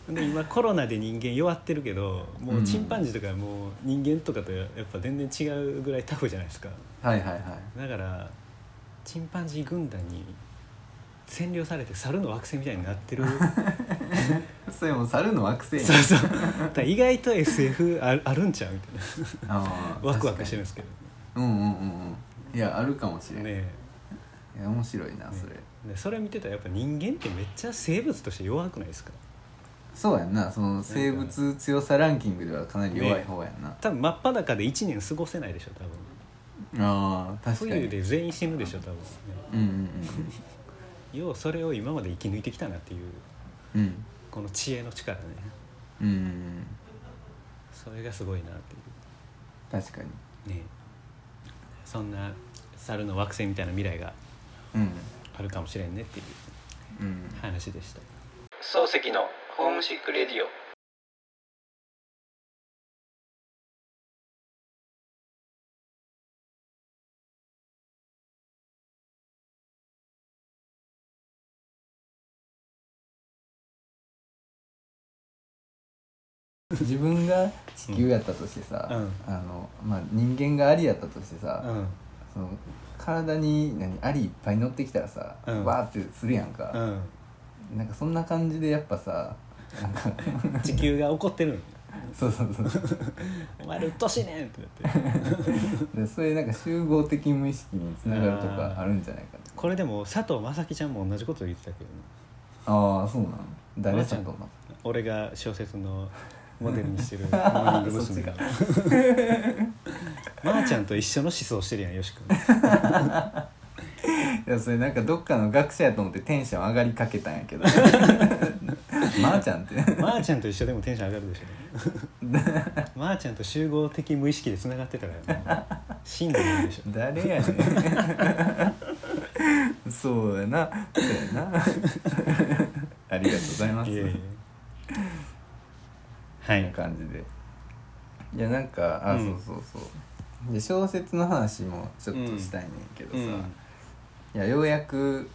[SPEAKER 2] に
[SPEAKER 1] で今コロナで人間弱ってるけどもううんチンパンジーとかもう人間とかとやっぱ全然違うぐらいタフじゃないですか
[SPEAKER 2] はいはいはい
[SPEAKER 1] だからチンパンジー軍団に占領されて猿の惑星みたいになっ てる
[SPEAKER 2] それも猿の惑星
[SPEAKER 1] そうそうだから意外と SF あるあるんちゃうみたいな
[SPEAKER 2] あー
[SPEAKER 1] ワクワクしてるん
[SPEAKER 2] 確
[SPEAKER 1] ですけど
[SPEAKER 2] かにうんうんうんうんいやあるかもしれん、
[SPEAKER 1] ね
[SPEAKER 2] い
[SPEAKER 1] ね
[SPEAKER 2] や面白いなそれ、
[SPEAKER 1] でそれ見てたらやっぱ人間ってめっちゃ生物として弱くないですか
[SPEAKER 2] そうやんなその生物強さランキングではかなり弱い方やんな、
[SPEAKER 1] 多分真っ裸で1年過ごせないでしょ多分
[SPEAKER 2] ああ確か
[SPEAKER 1] 冬
[SPEAKER 2] に
[SPEAKER 1] で全員死ぬでしょ多分、ね、
[SPEAKER 2] うんうん
[SPEAKER 1] ようそれを今まで生き抜いてきたなっていう
[SPEAKER 2] うんうん
[SPEAKER 1] この知恵の力ね
[SPEAKER 2] うんうんうん
[SPEAKER 1] それがすごいなってい
[SPEAKER 2] 確かに
[SPEAKER 1] うねそんな猿の惑星みたいな未来が
[SPEAKER 2] うん
[SPEAKER 1] あるかもしれんねっていう
[SPEAKER 2] うん
[SPEAKER 1] 話でした
[SPEAKER 3] 漱石のホームシックレディオ
[SPEAKER 2] 自分が地球やったとしてさ、
[SPEAKER 1] う
[SPEAKER 2] あのまあ、人間がアリやったとしてさ、
[SPEAKER 1] うん
[SPEAKER 2] その体に何アリいっぱい乗ってきたらさ、
[SPEAKER 1] うん
[SPEAKER 2] わーってするやん
[SPEAKER 1] う
[SPEAKER 2] か、
[SPEAKER 1] ん
[SPEAKER 2] なんかそんな感じでやっぱさなんか
[SPEAKER 1] 地球が怒ってるん
[SPEAKER 2] そうそう そう
[SPEAKER 1] お前らうっとうしいねんってなって
[SPEAKER 2] でそういうなんか集合的無意識につながるとかあるんじゃないかって
[SPEAKER 1] これでも佐藤正樹ちゃんも同じこと言ってたけどな
[SPEAKER 2] ああそうなの誰さんと
[SPEAKER 1] おば
[SPEAKER 2] 思っ
[SPEAKER 1] 俺が小説のモデルに してるモーニング娘。がまーちゃんと一緒の思想してるやんよし君
[SPEAKER 2] いやそれなんかどっかの学者やと思ってテンション上がりかけたんやけ どまあちゃんって
[SPEAKER 1] まーちゃんと一緒でもテンション上がるでし ょまーちゃんと集合的無意識でつながってたからもう真理なんでしょ
[SPEAKER 2] 誰やねん そうやなそうや なありがとうございます
[SPEAKER 1] いえいえは
[SPEAKER 2] こんない感じでいやなんかあ、
[SPEAKER 1] うん
[SPEAKER 2] そうそうそうで小説の話もちょっとしたいねんけどさ、
[SPEAKER 1] うん
[SPEAKER 2] いやようやく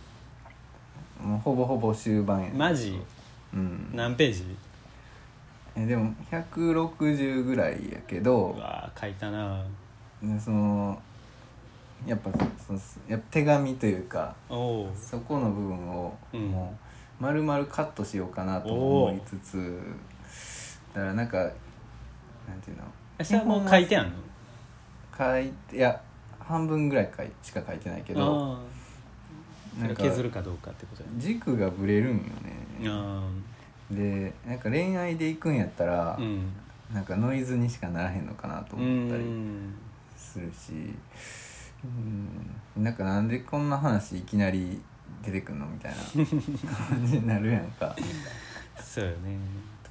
[SPEAKER 2] もうほぼほぼ終盤やねん
[SPEAKER 1] マジ
[SPEAKER 2] うん
[SPEAKER 1] 何ページ
[SPEAKER 2] えでも160ぐらいやけど
[SPEAKER 1] うわー書いたな
[SPEAKER 2] でそのやっぱそのやっぱ手紙というか
[SPEAKER 1] おお
[SPEAKER 2] そこの部分を
[SPEAKER 1] うん
[SPEAKER 2] もう丸々カットしようかなとも思いつつだからなんかなんていうの
[SPEAKER 1] えそれはもう書いてあんの
[SPEAKER 2] 書いていや半分ぐらいかいしか書いてないけど
[SPEAKER 1] あーそ
[SPEAKER 2] な
[SPEAKER 1] れ
[SPEAKER 2] ん
[SPEAKER 1] を
[SPEAKER 2] か
[SPEAKER 1] 削るかどうかってことやね
[SPEAKER 2] 軸がぶれるんよね
[SPEAKER 1] あ
[SPEAKER 2] でなんか恋愛で行くんやったら、
[SPEAKER 1] ーうん
[SPEAKER 2] なんかノイズにしかならへんのかなと思ったり。
[SPEAKER 1] うん
[SPEAKER 2] するしうんなんかなんでこんな話いきなり出てくんのみたいな感じになるやんか
[SPEAKER 1] そうよね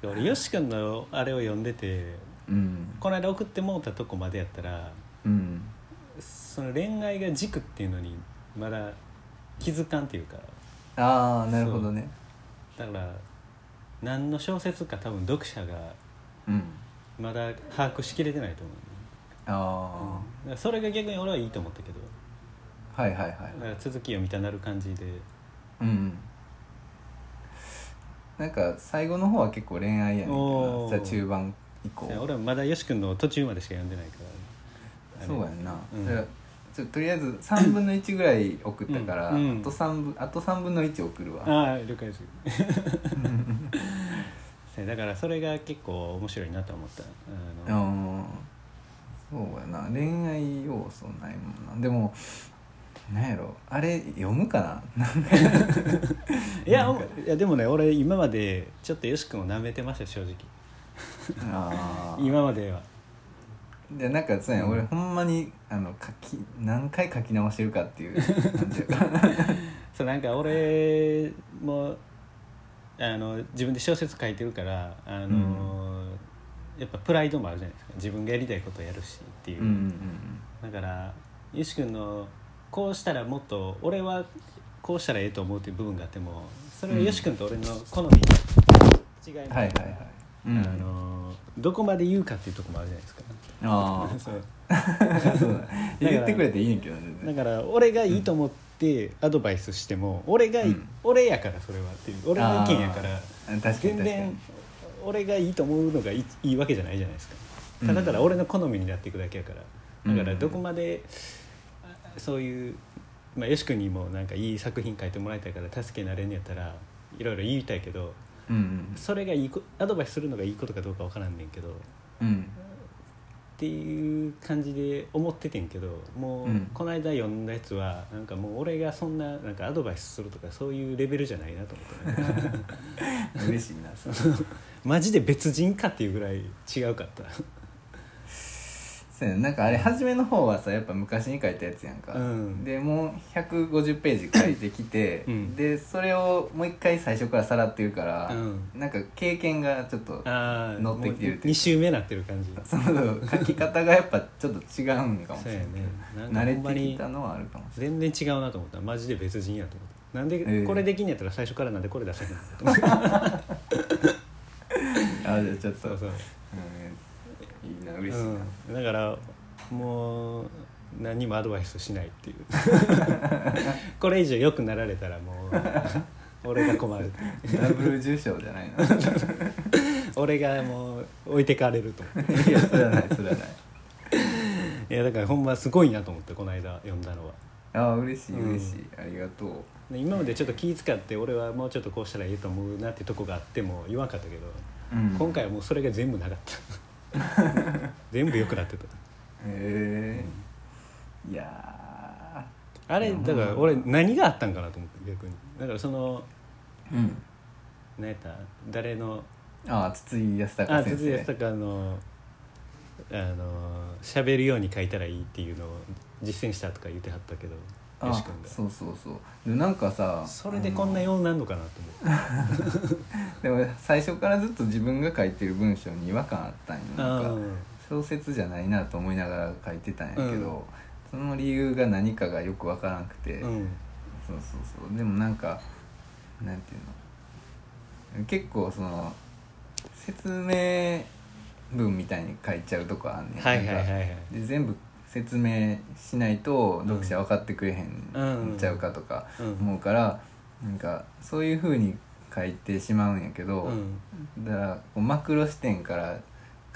[SPEAKER 1] てか俺よし君のあれを読んでて
[SPEAKER 2] うん
[SPEAKER 1] この間送ってもうたとこまでやったら
[SPEAKER 2] うん
[SPEAKER 1] その恋愛が軸っていうのにまだ気づかんっていうか
[SPEAKER 2] ああなるほどね
[SPEAKER 1] だから何の小説か多分読者が
[SPEAKER 2] うん
[SPEAKER 1] まだ把握しきれてないと思うね、
[SPEAKER 2] あ
[SPEAKER 1] だからそれが逆に俺はいいと思ったけど
[SPEAKER 2] あ、はいはいはい
[SPEAKER 1] だから続きをみたいなる感じで
[SPEAKER 2] うんうんなんか最後の方は結構恋愛やねんけ
[SPEAKER 1] お
[SPEAKER 2] ど
[SPEAKER 1] ー
[SPEAKER 2] じゃあ中盤以降
[SPEAKER 1] 俺はまだよし君の途中までしか読んでないからあれ
[SPEAKER 2] そうやんな、
[SPEAKER 1] うん
[SPEAKER 2] だからちょっととりあえず3分の1ぐらい送ったから、
[SPEAKER 1] うんうん
[SPEAKER 2] あと3分あと3分の1送るわ
[SPEAKER 1] ああ了解です そうだからそれが結構面白いなと思ったあの
[SPEAKER 2] あーそうやな恋愛要素ないもんなでもなんやろあれ読むかな
[SPEAKER 1] いや
[SPEAKER 2] な
[SPEAKER 1] お
[SPEAKER 2] んか
[SPEAKER 1] いやでもね俺今までちょっとよし君を舐めてました正直
[SPEAKER 2] あー
[SPEAKER 1] 今までは
[SPEAKER 2] でなんかそうやん、
[SPEAKER 1] うん
[SPEAKER 2] 俺ほんまにあの書き何回書き直してるかっていう 感じやから
[SPEAKER 1] そうなんか俺もあの自分で小説書いてるからあの、やっぱプライドもあるじゃないですか自分がやりたいことをやるしっていう、
[SPEAKER 2] うんうん
[SPEAKER 1] だからよし君のこうしたらもっと俺はこうしたらええと思うっていう部分があってもそれはよし君と俺の好みの違い
[SPEAKER 2] うん
[SPEAKER 1] も
[SPEAKER 2] は
[SPEAKER 1] あ
[SPEAKER 2] い
[SPEAKER 1] る
[SPEAKER 2] はい
[SPEAKER 1] か
[SPEAKER 2] は
[SPEAKER 1] ら
[SPEAKER 2] い、
[SPEAKER 1] あ
[SPEAKER 2] うん、
[SPEAKER 1] のどこまで言うかっていうところもあるじゃないですか。
[SPEAKER 2] あ
[SPEAKER 1] そう
[SPEAKER 2] あ そうだ言ってくれていいねんけどね全
[SPEAKER 1] だ
[SPEAKER 2] 然
[SPEAKER 1] から俺がいいと思ってアドバイスしても俺がい、
[SPEAKER 2] うん
[SPEAKER 1] 俺やからそれはっていう俺の意見やから
[SPEAKER 2] あー確かに確かに
[SPEAKER 1] 全然俺がいいと思うのがいいいいわけじゃないじゃないですか
[SPEAKER 2] うん
[SPEAKER 1] ただから俺の好みになっていくだけやからだから
[SPEAKER 2] うん
[SPEAKER 1] どこまであそういうまあ、よし君にもなんかいい作品書いてもらいたいから助けになれんやったらいろいろ言いたいけど
[SPEAKER 2] うん
[SPEAKER 1] それがいいこアドバイスするのがいいことかどうかわからんねんけどっ
[SPEAKER 2] うん
[SPEAKER 1] ていう感じで思っててんけどもう、
[SPEAKER 2] うん
[SPEAKER 1] この間読んだやつはなんかもう俺がそんななんかアドバイスするとかそういうレベルじゃないなと思って、ね、
[SPEAKER 2] うん嬉しいなそ
[SPEAKER 1] マジで別人かっていうぐらい違うかった。
[SPEAKER 2] そうやねなんかあれ初めの方はさやっぱ昔に書いたやつやんか、
[SPEAKER 1] うん
[SPEAKER 2] でもう150ページ書いてきて、
[SPEAKER 1] うん
[SPEAKER 2] でそれをもう一回最初からさらってるから、
[SPEAKER 1] うん
[SPEAKER 2] なんか経験がちょっと
[SPEAKER 1] ああ
[SPEAKER 2] 乗ってきてるっていう
[SPEAKER 1] 2周目なってる感じ
[SPEAKER 2] その書き方がやっぱちょっと違うんかもし
[SPEAKER 1] そう
[SPEAKER 2] れ
[SPEAKER 1] やね
[SPEAKER 2] ない
[SPEAKER 1] なんか
[SPEAKER 2] 慣
[SPEAKER 1] ほんま
[SPEAKER 2] れて
[SPEAKER 1] に
[SPEAKER 2] きたのはあるかもしれ
[SPEAKER 1] 全然違うなと思ったマジで別人やと思ったなんで、
[SPEAKER 2] ええ
[SPEAKER 1] これできんやったら最初からなんでこれ出せ へんのと思って
[SPEAKER 2] ないあじゃあちょっと
[SPEAKER 1] そうそう、
[SPEAKER 2] うん、いいな嬉しいな、
[SPEAKER 1] うん、だからもう何もアドバイスしない っていうこれ以上良くなられたらもう俺が困る
[SPEAKER 2] ダブル受賞じ ゃないな
[SPEAKER 1] 俺がもう置いてかれ ると思っ
[SPEAKER 2] いやそれはないそれはない
[SPEAKER 1] ていやだからほんますごいなと思ってこの間読んだのは
[SPEAKER 2] あ嬉しい
[SPEAKER 1] うん
[SPEAKER 2] 嬉しい、ありがとう
[SPEAKER 1] で今までちょっと気使って俺はもうちょっとこうしたらいいと思うなってとこがあっても言わんかったけど、
[SPEAKER 2] うん
[SPEAKER 1] 今回はもうそれが全部なかった 全部良くなってた
[SPEAKER 2] へえいや
[SPEAKER 1] あれだから俺何があったんかなと思って逆にだからその
[SPEAKER 2] ーうん
[SPEAKER 1] 何やった誰の
[SPEAKER 2] ああ筒井康
[SPEAKER 1] あ
[SPEAKER 2] 隆先
[SPEAKER 1] 筒井
[SPEAKER 2] 生
[SPEAKER 1] 康隆のあの喋るように書いたらいいっていうのを実践したとか言ってはったけどよし
[SPEAKER 2] あ
[SPEAKER 1] 君が
[SPEAKER 2] そうそうそうでなんかさ
[SPEAKER 1] それでこんなようになるのかなと思って
[SPEAKER 2] でも最初からずっと自分が書いてる文章に違和感あったんよなん
[SPEAKER 1] あ
[SPEAKER 2] か小説じゃないなと思いながら書いてたんやけど、
[SPEAKER 1] うん
[SPEAKER 2] その理由が何かがよくわからなくて、
[SPEAKER 1] ーうん
[SPEAKER 2] そうそうそうでもなんかなんていうの結構その説明文みたいに書いちゃうとこあんねん
[SPEAKER 1] はいはいはいはい
[SPEAKER 2] なんかで全部説明しないと読者分かってくれへ
[SPEAKER 1] うん
[SPEAKER 2] んちゃうかとか
[SPEAKER 1] うん
[SPEAKER 2] 思うからなんかそういうふうに書いてしまうんやけど、
[SPEAKER 1] うん
[SPEAKER 2] だからこうマクロ視点から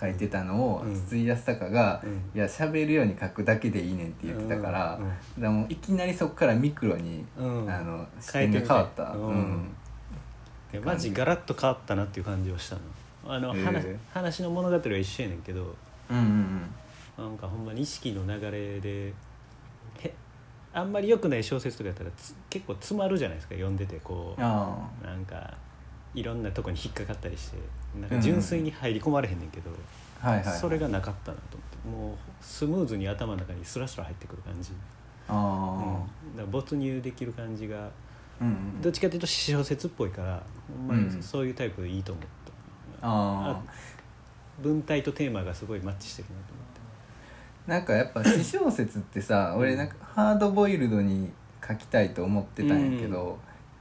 [SPEAKER 2] 書いてたのを
[SPEAKER 1] うん
[SPEAKER 2] 筒井康隆が
[SPEAKER 1] うん
[SPEAKER 2] 「いや喋るように書くだけでいいねん」って言ってたから,、
[SPEAKER 1] うんうん
[SPEAKER 2] だからもういきなりそこからミクロに、
[SPEAKER 1] うん
[SPEAKER 2] あの視
[SPEAKER 1] 変え
[SPEAKER 2] 点
[SPEAKER 1] て
[SPEAKER 2] が
[SPEAKER 1] み
[SPEAKER 2] 変
[SPEAKER 1] たい
[SPEAKER 2] わった、
[SPEAKER 1] うん
[SPEAKER 2] うん
[SPEAKER 1] でマジガラッと変わったなっていう感じをしたのあの、
[SPEAKER 2] へえ
[SPEAKER 1] 話話の物語は一緒やねんけど
[SPEAKER 2] うんうん
[SPEAKER 1] なんかほんまに意識の流れでへあんまり良くない小説とかやったらつ結構詰まるじゃないですか読んでてこ
[SPEAKER 2] うんあ
[SPEAKER 1] うなんかいろんなとこに引っかかったりしてなんか純粋に入り込まれへんねんけど、
[SPEAKER 2] あはいはいはい
[SPEAKER 1] それがなかったなと思ってもうスムーズに頭の中にスラスラ入ってくる感じ、うん、だ
[SPEAKER 2] あ
[SPEAKER 1] から没入できる感じが
[SPEAKER 2] ー、うんうん
[SPEAKER 1] どっちかというと小説っぽいからほんま
[SPEAKER 2] う
[SPEAKER 1] に
[SPEAKER 2] ん
[SPEAKER 1] そういうタイプでいいと思った、
[SPEAKER 2] あー
[SPEAKER 1] 文体とテーマがすごいマッチしてるなと思って
[SPEAKER 2] なんかやっぱ私小説ってさ俺なんかハードボイルドに書きたいと思ってたんやけど、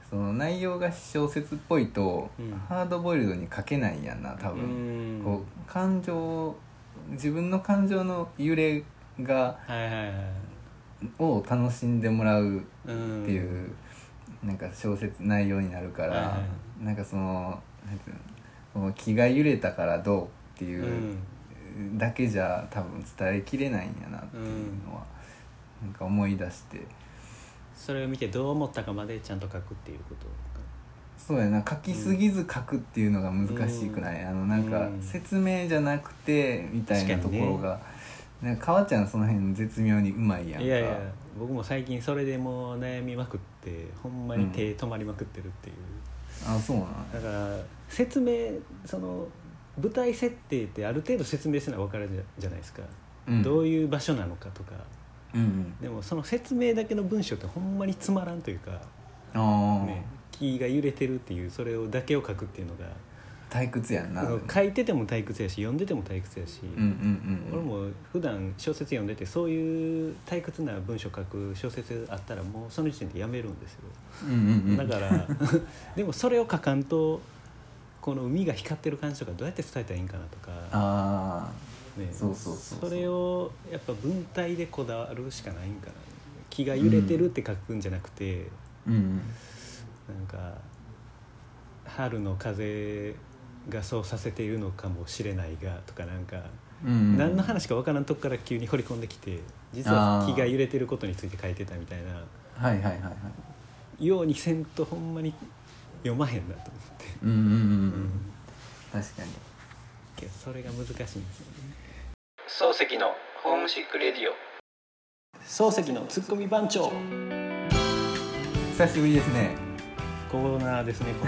[SPEAKER 2] その内容が私小説っぽいと、
[SPEAKER 1] うん
[SPEAKER 2] ハードボイルドに書けないやんな多分。
[SPEAKER 1] うん
[SPEAKER 2] こう感情自分の感情の揺れが
[SPEAKER 1] はいはいはい
[SPEAKER 2] を楽しんでもらう
[SPEAKER 1] うん
[SPEAKER 2] っていう、なんか小説内容になるから、
[SPEAKER 1] はいは
[SPEAKER 2] なんかそのなんていうのこう気が揺れたからどうって
[SPEAKER 1] う
[SPEAKER 2] いうんだけじゃ多分伝えきれないんやなっていうのは、なんか思い出して
[SPEAKER 1] それを見てどう思ったかまでちゃんと書くっていうこと
[SPEAKER 2] そうやな書きすぎず書くっていうのが難しくない、あのなんか
[SPEAKER 1] うん
[SPEAKER 2] 説明じゃなくてみたいな
[SPEAKER 1] 確
[SPEAKER 2] と
[SPEAKER 1] か
[SPEAKER 2] こ
[SPEAKER 1] にね
[SPEAKER 2] ろが、なんか川ちゃんその辺絶妙にうまいやんか
[SPEAKER 1] いやいや僕も最近それでもう悩みまくってほんまに手止まりまくってるっていう、
[SPEAKER 2] あそうなん
[SPEAKER 1] だから説明その舞台設定ってある程度説明せな分かるじゃじゃないですか、
[SPEAKER 2] うん
[SPEAKER 1] どういう場所なのかとか
[SPEAKER 2] うん
[SPEAKER 1] でもその説明だけの文章ってほんまにつまらんというか、
[SPEAKER 2] うんああ、
[SPEAKER 1] ね、気が揺れてるっていうそれをだけを書くっていうのが
[SPEAKER 2] 退屈やんな、
[SPEAKER 1] うん書いてても退屈やし読んでても退屈やし、
[SPEAKER 2] うんうんうん
[SPEAKER 1] 俺も普段小説読んでてそういう退屈な文章書く小説あったらもうその時点でやめるんですよ、
[SPEAKER 2] うんうんう
[SPEAKER 1] だ
[SPEAKER 2] ん
[SPEAKER 1] から でもそれを書かんとこの海が光ってる感じとかどうやって伝えたらいいんかなとか、
[SPEAKER 2] ああ
[SPEAKER 1] ね
[SPEAKER 2] そうそうそうそう
[SPEAKER 1] それをやっぱ文体でこだわるしかないんかな気が揺れてるって書くんじゃなくて、
[SPEAKER 2] うんうん
[SPEAKER 1] なんか春の風がそうさせているのかもしれないがとかなんか、
[SPEAKER 2] うんうん
[SPEAKER 1] 何の話かわからんとこから急に掘り込んできて実は
[SPEAKER 2] あー
[SPEAKER 1] 気が揺れてることについて書いてたみたいな
[SPEAKER 2] はいはいはいはい
[SPEAKER 1] ようにせんとほんまに読まへんなと思って
[SPEAKER 2] うんうんうんうん確かに
[SPEAKER 1] けどそれが難しいんですよね
[SPEAKER 3] 漱石のホームシックレディオ
[SPEAKER 1] 漱石のツッコミ番 長
[SPEAKER 2] 久しぶりですね
[SPEAKER 1] コーナーですねこ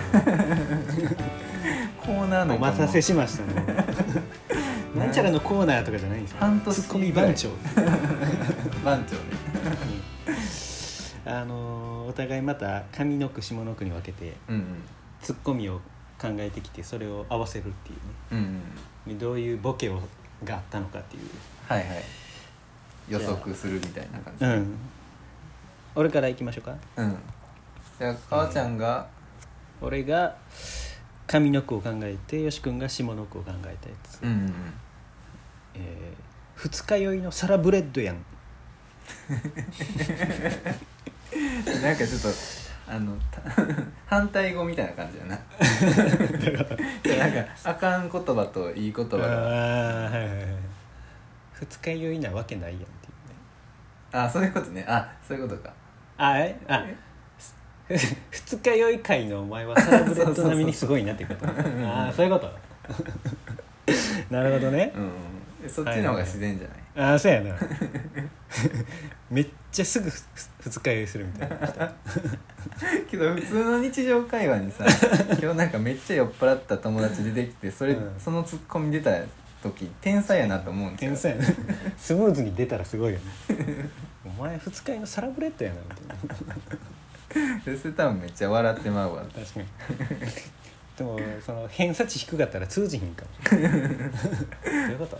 [SPEAKER 2] コーナー
[SPEAKER 1] の
[SPEAKER 2] の
[SPEAKER 1] お待たせしましたねなんちゃらのコーナーとかじゃないんですよ
[SPEAKER 2] 半年
[SPEAKER 1] ツッコミ番長
[SPEAKER 2] 番長ね
[SPEAKER 1] あのーお互いまた上の句下の句に分けて
[SPEAKER 2] うん
[SPEAKER 1] ツッコミを考えてきてそれを合わせるっていう
[SPEAKER 2] うんうんうん
[SPEAKER 1] ねどういうボケをがあったのかっていう
[SPEAKER 2] はいはい予測するみたいな感じ
[SPEAKER 1] うん俺からいきましょうか
[SPEAKER 2] うんじゃあ川ちゃんが
[SPEAKER 1] 俺が上の句を考えてよし君が下の句を考えたやつ、
[SPEAKER 2] うんうん
[SPEAKER 1] えー二日酔いのサラブレッドやん
[SPEAKER 2] うん なんかちょっとあの た反対語みたいな感じだな なんかあかん言葉といい言葉が
[SPEAKER 1] あーはいはいはい二日酔いなわけないやんっていうね
[SPEAKER 2] あそういうことねあそういうことか
[SPEAKER 1] あえあふ 二日酔い会のお前はサラブレッド並みにすごいなってことああ そういうこと なるほどね
[SPEAKER 2] うんうんえそっちの方が自然じゃない、
[SPEAKER 1] ああそうやな めっちゃすぐふ二日酔いするみたいな
[SPEAKER 2] けど普通の日常会話に さ今日なんかめっちゃ酔っ払った友達出てきてそれ、
[SPEAKER 1] うん
[SPEAKER 2] そのツッコミ出た時天才やなと思うんですよ
[SPEAKER 1] 天才やなスムーズに出たらすごいよねお前二日酔いのサラブレッドやなみたいな
[SPEAKER 2] でそれ多分めっちゃ笑ってまうわ
[SPEAKER 1] 確かにでもその偏差値低かったら通じひんかもしれないどういうこと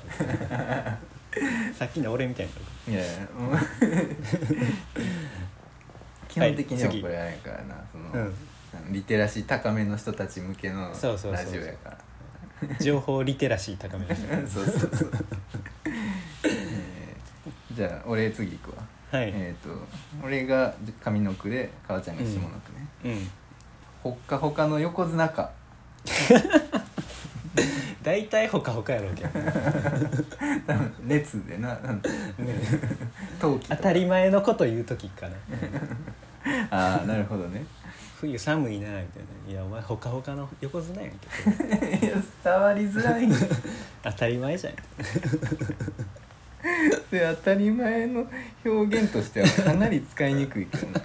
[SPEAKER 1] さっきの俺みたいない
[SPEAKER 2] やいやもう 基本的にはこれあれやからな、その、
[SPEAKER 1] うん
[SPEAKER 2] リテラシー高めの人たち向けのラジ
[SPEAKER 1] そう
[SPEAKER 2] オ
[SPEAKER 1] そうそうそう
[SPEAKER 2] やから
[SPEAKER 1] 情報リテラシー高めまし
[SPEAKER 2] そうそうそうえーじゃあ俺次行くわ
[SPEAKER 1] たはい、
[SPEAKER 2] えー、と俺が上の句で川ちゃんが下の句
[SPEAKER 1] う
[SPEAKER 2] ね、
[SPEAKER 1] ん
[SPEAKER 2] ほっかほかの横綱か
[SPEAKER 1] 大体ほかほかやろうけどね
[SPEAKER 2] 多分列でななんか 陶器
[SPEAKER 1] 当
[SPEAKER 2] とか
[SPEAKER 1] たり前のこと言う時かな
[SPEAKER 2] ああなるほどね
[SPEAKER 1] 冬寒いなみたいな「いやお前ほかほかの横綱やんけ
[SPEAKER 2] いや伝わりづらいんです
[SPEAKER 1] 当たり前じゃん」
[SPEAKER 2] 当たり前の表現としてはかなり使いにくいけどな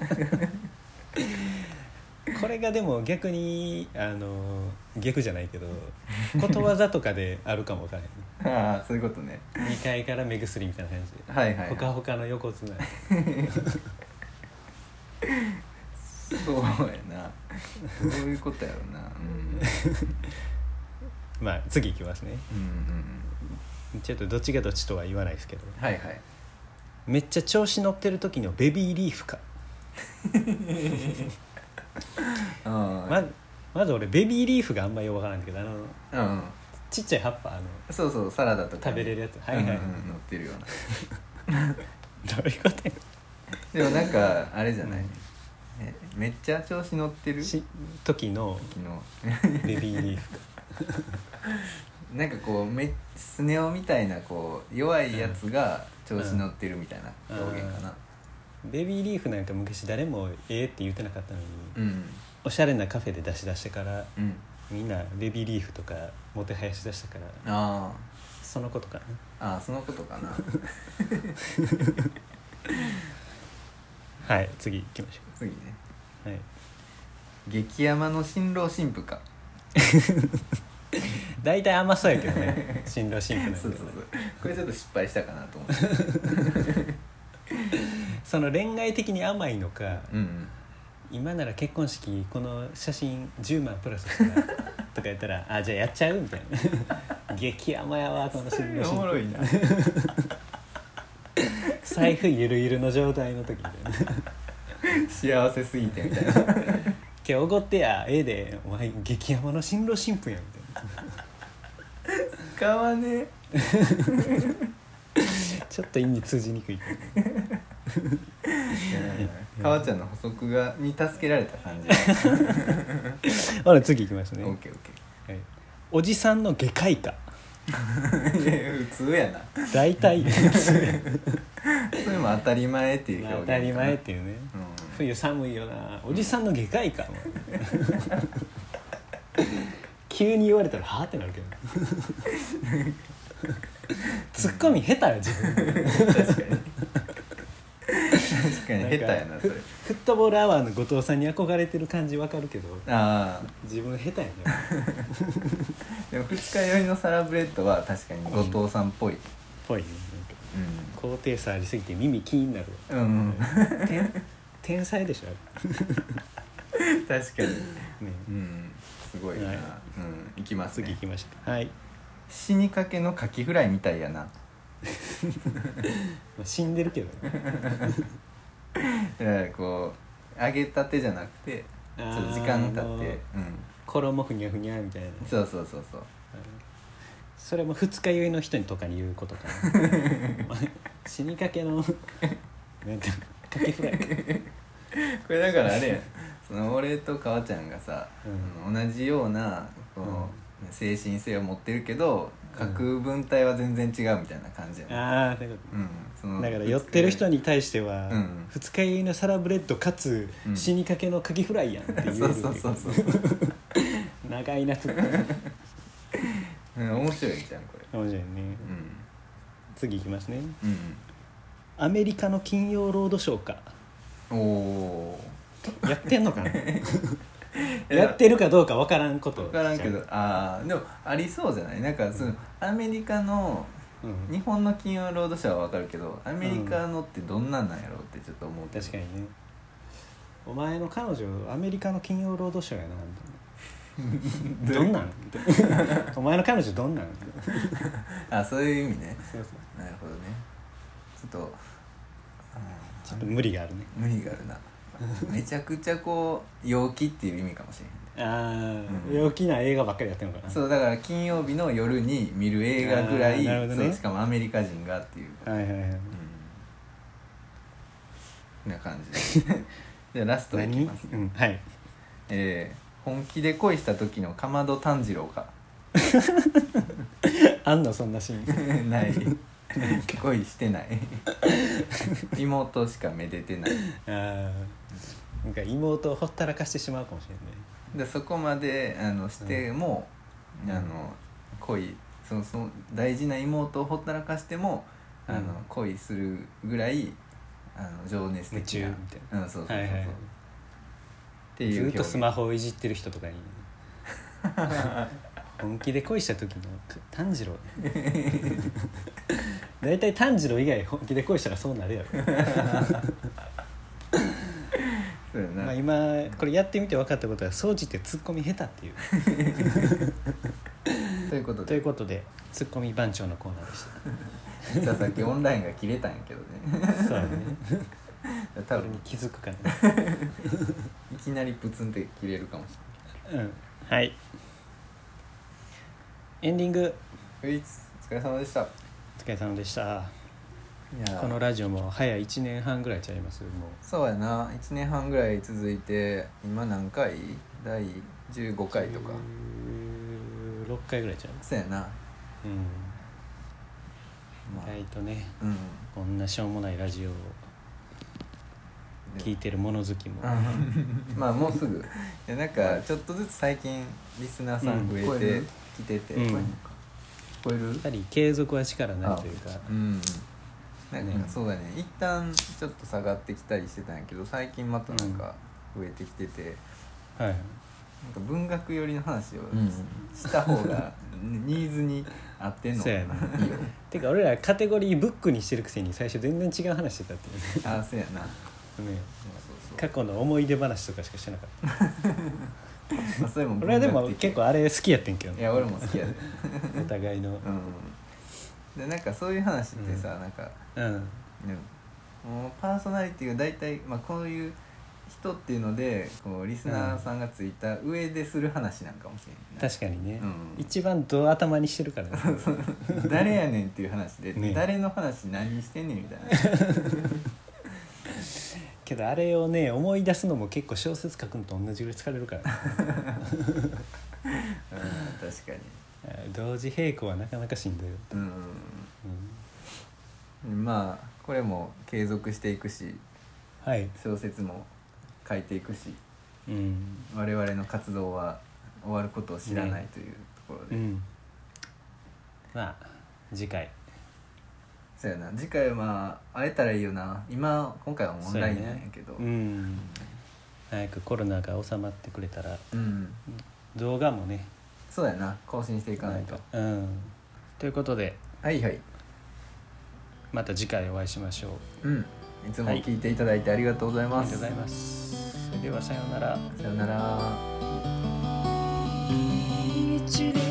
[SPEAKER 1] これがでも逆にあの逆じゃない けどことわざとかであるかもわからへん
[SPEAKER 2] ああそういうことね
[SPEAKER 1] 2階から目薬みたいな感じで
[SPEAKER 2] はいはい、
[SPEAKER 1] ほか
[SPEAKER 2] は
[SPEAKER 1] ほかの横綱
[SPEAKER 2] い、そうやなそういうことやろうなうん
[SPEAKER 1] まあ次いきますね
[SPEAKER 2] うんうん
[SPEAKER 1] ちょっとどっちがどっちとは言わないですけど
[SPEAKER 2] はいはい
[SPEAKER 1] めっちゃ調子乗ってる時のベビーリーフか
[SPEAKER 2] あ
[SPEAKER 1] ままず俺ベビーリーフがあんまよくわからんけどあの
[SPEAKER 2] あ、うん、
[SPEAKER 1] ちっちゃい葉っぱあの
[SPEAKER 2] そうそうサラダとか
[SPEAKER 1] 食べれるやつはいはい、
[SPEAKER 2] うんうん乗ってるような
[SPEAKER 1] どういうことや
[SPEAKER 2] でもなんかあれじゃない、えめっちゃ調子乗ってる昨
[SPEAKER 1] し時の
[SPEAKER 2] 日
[SPEAKER 1] ベビーリーフ か
[SPEAKER 2] なんかこうめスネ夫みたいなこう弱いやつが調子乗ってるみたいな表現かな
[SPEAKER 1] ベビーリーフなんか昔誰もええって言ってなかったのに、
[SPEAKER 2] うん
[SPEAKER 1] おしゃれなカフェで出し出してから
[SPEAKER 2] うん、
[SPEAKER 1] みんなベビーリーフとかもてはやし出したから
[SPEAKER 2] あ
[SPEAKER 1] そのことかな
[SPEAKER 2] ーあーそのことかな
[SPEAKER 1] はい次行きましょ
[SPEAKER 2] 次ね
[SPEAKER 1] うはい
[SPEAKER 2] 激山の新郎新婦か
[SPEAKER 1] 大体甘そうやけど ね新郎新婦なん
[SPEAKER 2] そう
[SPEAKER 1] で
[SPEAKER 2] そうそうこれちょっと失敗したかなと思って
[SPEAKER 1] その恋愛的に甘いのか
[SPEAKER 2] うんうん
[SPEAKER 1] 今なら結婚式この写真10万プラスしたらとか言ったら あじゃあやっちゃうみたいな 激甘やわこの新郎
[SPEAKER 2] お
[SPEAKER 1] 新
[SPEAKER 2] もろ
[SPEAKER 1] 婦
[SPEAKER 2] いな
[SPEAKER 1] 財布ゆるゆるの状態の時みたいな「今
[SPEAKER 2] 幸せすぎてみたいな
[SPEAKER 1] 日おごってやええでお前激甘の新郎新婦や」みたい
[SPEAKER 2] 使わね
[SPEAKER 1] なちょっと意味通じにくいけど
[SPEAKER 2] えかわちゃんの補足がに助けられた感じ
[SPEAKER 1] ほら次いきますね、
[SPEAKER 2] オッケーオッ
[SPEAKER 1] はい、おじさんの外科医か
[SPEAKER 2] ケー いや普通やな
[SPEAKER 1] 大体
[SPEAKER 2] それも当たり前っていう表
[SPEAKER 1] 当
[SPEAKER 2] 現かな
[SPEAKER 1] たり前っていうね
[SPEAKER 2] うん
[SPEAKER 1] 冬寒いよなおじさんの外科医かも急に言われたらはあってなるけどツッコミ下手よ自 分
[SPEAKER 2] 確かに下手やなそれ
[SPEAKER 1] フットボールアワーの後藤さんに憧れてる感じわかるけど
[SPEAKER 2] ああ
[SPEAKER 1] 自分下手やね
[SPEAKER 2] でも二日酔いのサラブレッドは確かに後藤さんっぽい
[SPEAKER 1] ぽいね
[SPEAKER 2] う
[SPEAKER 1] 高低差ありすぎて耳気になるわ
[SPEAKER 2] ん、うん、
[SPEAKER 1] 天天才でしょ
[SPEAKER 2] 確かに
[SPEAKER 1] ね
[SPEAKER 2] うんすごいな、
[SPEAKER 1] はい
[SPEAKER 2] うん行きます
[SPEAKER 1] 次
[SPEAKER 2] ね
[SPEAKER 1] 行きましたはい
[SPEAKER 2] 死にかけのカキフライみたいやな
[SPEAKER 1] まあ死んでるけど ね
[SPEAKER 2] だからこう揚げたてじゃなくてち
[SPEAKER 1] あ
[SPEAKER 2] ょ
[SPEAKER 1] ー
[SPEAKER 2] っと時間経
[SPEAKER 1] あの
[SPEAKER 2] っ
[SPEAKER 1] ー
[SPEAKER 2] てう
[SPEAKER 1] 衣ふにゃふにゃみたいなん
[SPEAKER 2] そうそうそうそう
[SPEAKER 1] それも二日酔いの人にとかに言うことか な死にかけのなんかかけフライか
[SPEAKER 2] これだからあれやんその俺と川ちゃんがさ、
[SPEAKER 1] う
[SPEAKER 2] 同じようなこの、精神性を持ってるけど核分体は全然違うみたいな感じやな、
[SPEAKER 1] ああなんか
[SPEAKER 2] うんその
[SPEAKER 1] だから寄ってる人に対しては
[SPEAKER 2] うん
[SPEAKER 1] 二日酔いのサラブレッドかつ
[SPEAKER 2] うん
[SPEAKER 1] 死にかけのかけフライやんって言える
[SPEAKER 2] そうそうそうそう
[SPEAKER 1] 長いなつって面
[SPEAKER 2] うん面白いじゃんこれ
[SPEAKER 1] 白いね
[SPEAKER 2] うん
[SPEAKER 1] 次いきますね
[SPEAKER 2] う
[SPEAKER 1] アメリカの金曜ロードショー か
[SPEAKER 2] んおお
[SPEAKER 1] やってんのかなやってるかどうかわからんこと
[SPEAKER 2] 分からんけどああでもありそうじゃないなんかそのアメリカの
[SPEAKER 1] うん
[SPEAKER 2] 日本の金曜ロードショーは分かるけどアメリカのってどんなんなんやろうってちょっと思うけど
[SPEAKER 1] 確かにねお前の彼女アメリカの金曜ロードショーやなみたいなどんなん お前の彼女どんなん
[SPEAKER 2] あそういう意味ね
[SPEAKER 1] そうそう
[SPEAKER 2] なるほどねちょっと
[SPEAKER 1] ちょっと無理があるね
[SPEAKER 2] 無理があるなめちゃくちゃこう陽気っていう意味かもしれへ ん
[SPEAKER 1] ああ、
[SPEAKER 2] うん
[SPEAKER 1] 陽気な映画ばっかりやってるのかな
[SPEAKER 2] そうだから金曜日の夜に見る映画ぐら
[SPEAKER 1] あ
[SPEAKER 2] い、
[SPEAKER 1] ーなるほど
[SPEAKER 2] そ
[SPEAKER 1] ね
[SPEAKER 2] うしかもアメリカ人がっていう、
[SPEAKER 1] はいはいはい
[SPEAKER 2] うん、な感じ じゃあラストいき
[SPEAKER 1] 何、
[SPEAKER 2] ます
[SPEAKER 1] うんはい
[SPEAKER 2] えー本気で恋した時のかまど炭治郎か
[SPEAKER 1] あんのそんなシ ーン
[SPEAKER 2] ない恋してない 妹しかめでてない
[SPEAKER 1] あーなんか妹をほったらかしてしまうかもしれない
[SPEAKER 2] でそこまであのしても、
[SPEAKER 1] うん
[SPEAKER 2] あの恋そのその大事な妹をほったらかしても、あ
[SPEAKER 1] うん
[SPEAKER 2] の恋するぐらいあの情熱的な
[SPEAKER 1] 夢中みた
[SPEAKER 2] うん、そうそうそうそう、
[SPEAKER 1] はいはい
[SPEAKER 2] っていう
[SPEAKER 1] ずっ
[SPEAKER 2] 表
[SPEAKER 1] と
[SPEAKER 2] 現
[SPEAKER 1] スマホをいじってる人とかに本気で恋した時の炭 治郎大体炭治郎以外本気で恋したらそうなるやろ、
[SPEAKER 2] そうやな、
[SPEAKER 1] まあ、今これやってみて分かったことは掃除ってツッコミ下手っていう
[SPEAKER 2] ということ
[SPEAKER 1] という
[SPEAKER 2] で
[SPEAKER 1] ことでツッコミ番長のコーナーでし
[SPEAKER 2] 実はさっきオンラインが切れたんやけどね
[SPEAKER 1] たそうだね
[SPEAKER 2] 多
[SPEAKER 1] それ
[SPEAKER 2] 分
[SPEAKER 1] に気づ くか
[SPEAKER 2] いきなりプツンって切れるかもし
[SPEAKER 1] なうんはいエンディング
[SPEAKER 2] れないういお疲れ様でしたい
[SPEAKER 1] お疲れ様でした
[SPEAKER 2] や
[SPEAKER 1] このラジオも早1年半ぐらいちゃいますも
[SPEAKER 2] そうやな1年半ぐらい続いて今何回第15
[SPEAKER 1] う
[SPEAKER 2] 回とか
[SPEAKER 1] 6回ぐらいちゃいます
[SPEAKER 2] そうやな
[SPEAKER 1] うん
[SPEAKER 2] まあ、
[SPEAKER 1] 意外とね
[SPEAKER 2] うん
[SPEAKER 1] こんなしょうもないラジオを聞いてる物好きも、
[SPEAKER 2] うんまあもうすぐ いやなんかちょっとずつ最近リスナーさん増
[SPEAKER 1] うん
[SPEAKER 2] えてきてて、
[SPEAKER 1] うん
[SPEAKER 2] 聞こえる
[SPEAKER 1] やっぱり継続は力なりというか
[SPEAKER 2] うんなん
[SPEAKER 1] ね
[SPEAKER 2] かそうだね一旦ちょっと下がってきたりしてたんやけど最近またなんか増えてきてて、
[SPEAKER 1] はい
[SPEAKER 2] なんか文学寄りの話を
[SPEAKER 3] ん
[SPEAKER 2] した方 がニーズに合ってんの
[SPEAKER 1] そ
[SPEAKER 2] か
[SPEAKER 1] う
[SPEAKER 2] な
[SPEAKER 1] やないいよてか俺らカテゴリーブックにしてるくせに最初全然違う話してたってい
[SPEAKER 2] あそうやな
[SPEAKER 1] うねね
[SPEAKER 2] そうそう
[SPEAKER 1] 過去の思い出話とかしかしてなかった
[SPEAKER 2] そう、まあ、それも文
[SPEAKER 1] 俺はでも
[SPEAKER 2] 学的
[SPEAKER 1] 結構あれ好きやってんけど
[SPEAKER 2] い
[SPEAKER 1] ね
[SPEAKER 2] や俺も好きや で
[SPEAKER 1] お互いの
[SPEAKER 2] うんでなんかそういう話ってさ、なんか、
[SPEAKER 1] うん
[SPEAKER 2] ね、もうパーソナリティが大体、まあ、こういう人っていうのでこうリスナーさんがついた上でする話なんかもしれない
[SPEAKER 1] 確かにね、
[SPEAKER 2] うん
[SPEAKER 1] 一番ド頭にしてるからね
[SPEAKER 2] 誰やねんっていう話で、
[SPEAKER 1] ね
[SPEAKER 2] 誰の話何してんねんみたい
[SPEAKER 1] けどあれをね思い出すのも結構小説書くのと同じぐらい疲れるからね、
[SPEAKER 2] な、うん、確かに
[SPEAKER 1] 同時並行はなかなかしんどいよ、
[SPEAKER 2] うんまあこれも継続していくし
[SPEAKER 1] うんはい
[SPEAKER 2] 小説も書いていくし
[SPEAKER 1] うん
[SPEAKER 2] 我々の活動は終わることを知らないというところ
[SPEAKER 1] う
[SPEAKER 2] で、
[SPEAKER 1] んまあ次回
[SPEAKER 2] そうやな次回はまあ会えたらいいよな今今回はオンラインなんやけどう,、
[SPEAKER 1] うん早くコロナが収まってくれたら
[SPEAKER 2] ん
[SPEAKER 1] 動画もね
[SPEAKER 2] そうやな更新していかないと
[SPEAKER 1] うんということで
[SPEAKER 2] はいはい
[SPEAKER 1] また次回お会いしましょう
[SPEAKER 2] うんいつも聞いていただいてありがとうござい
[SPEAKER 1] あり
[SPEAKER 2] ま
[SPEAKER 1] がと
[SPEAKER 2] す、
[SPEAKER 1] うございますそれではさようなら
[SPEAKER 2] さようなら
[SPEAKER 4] 一年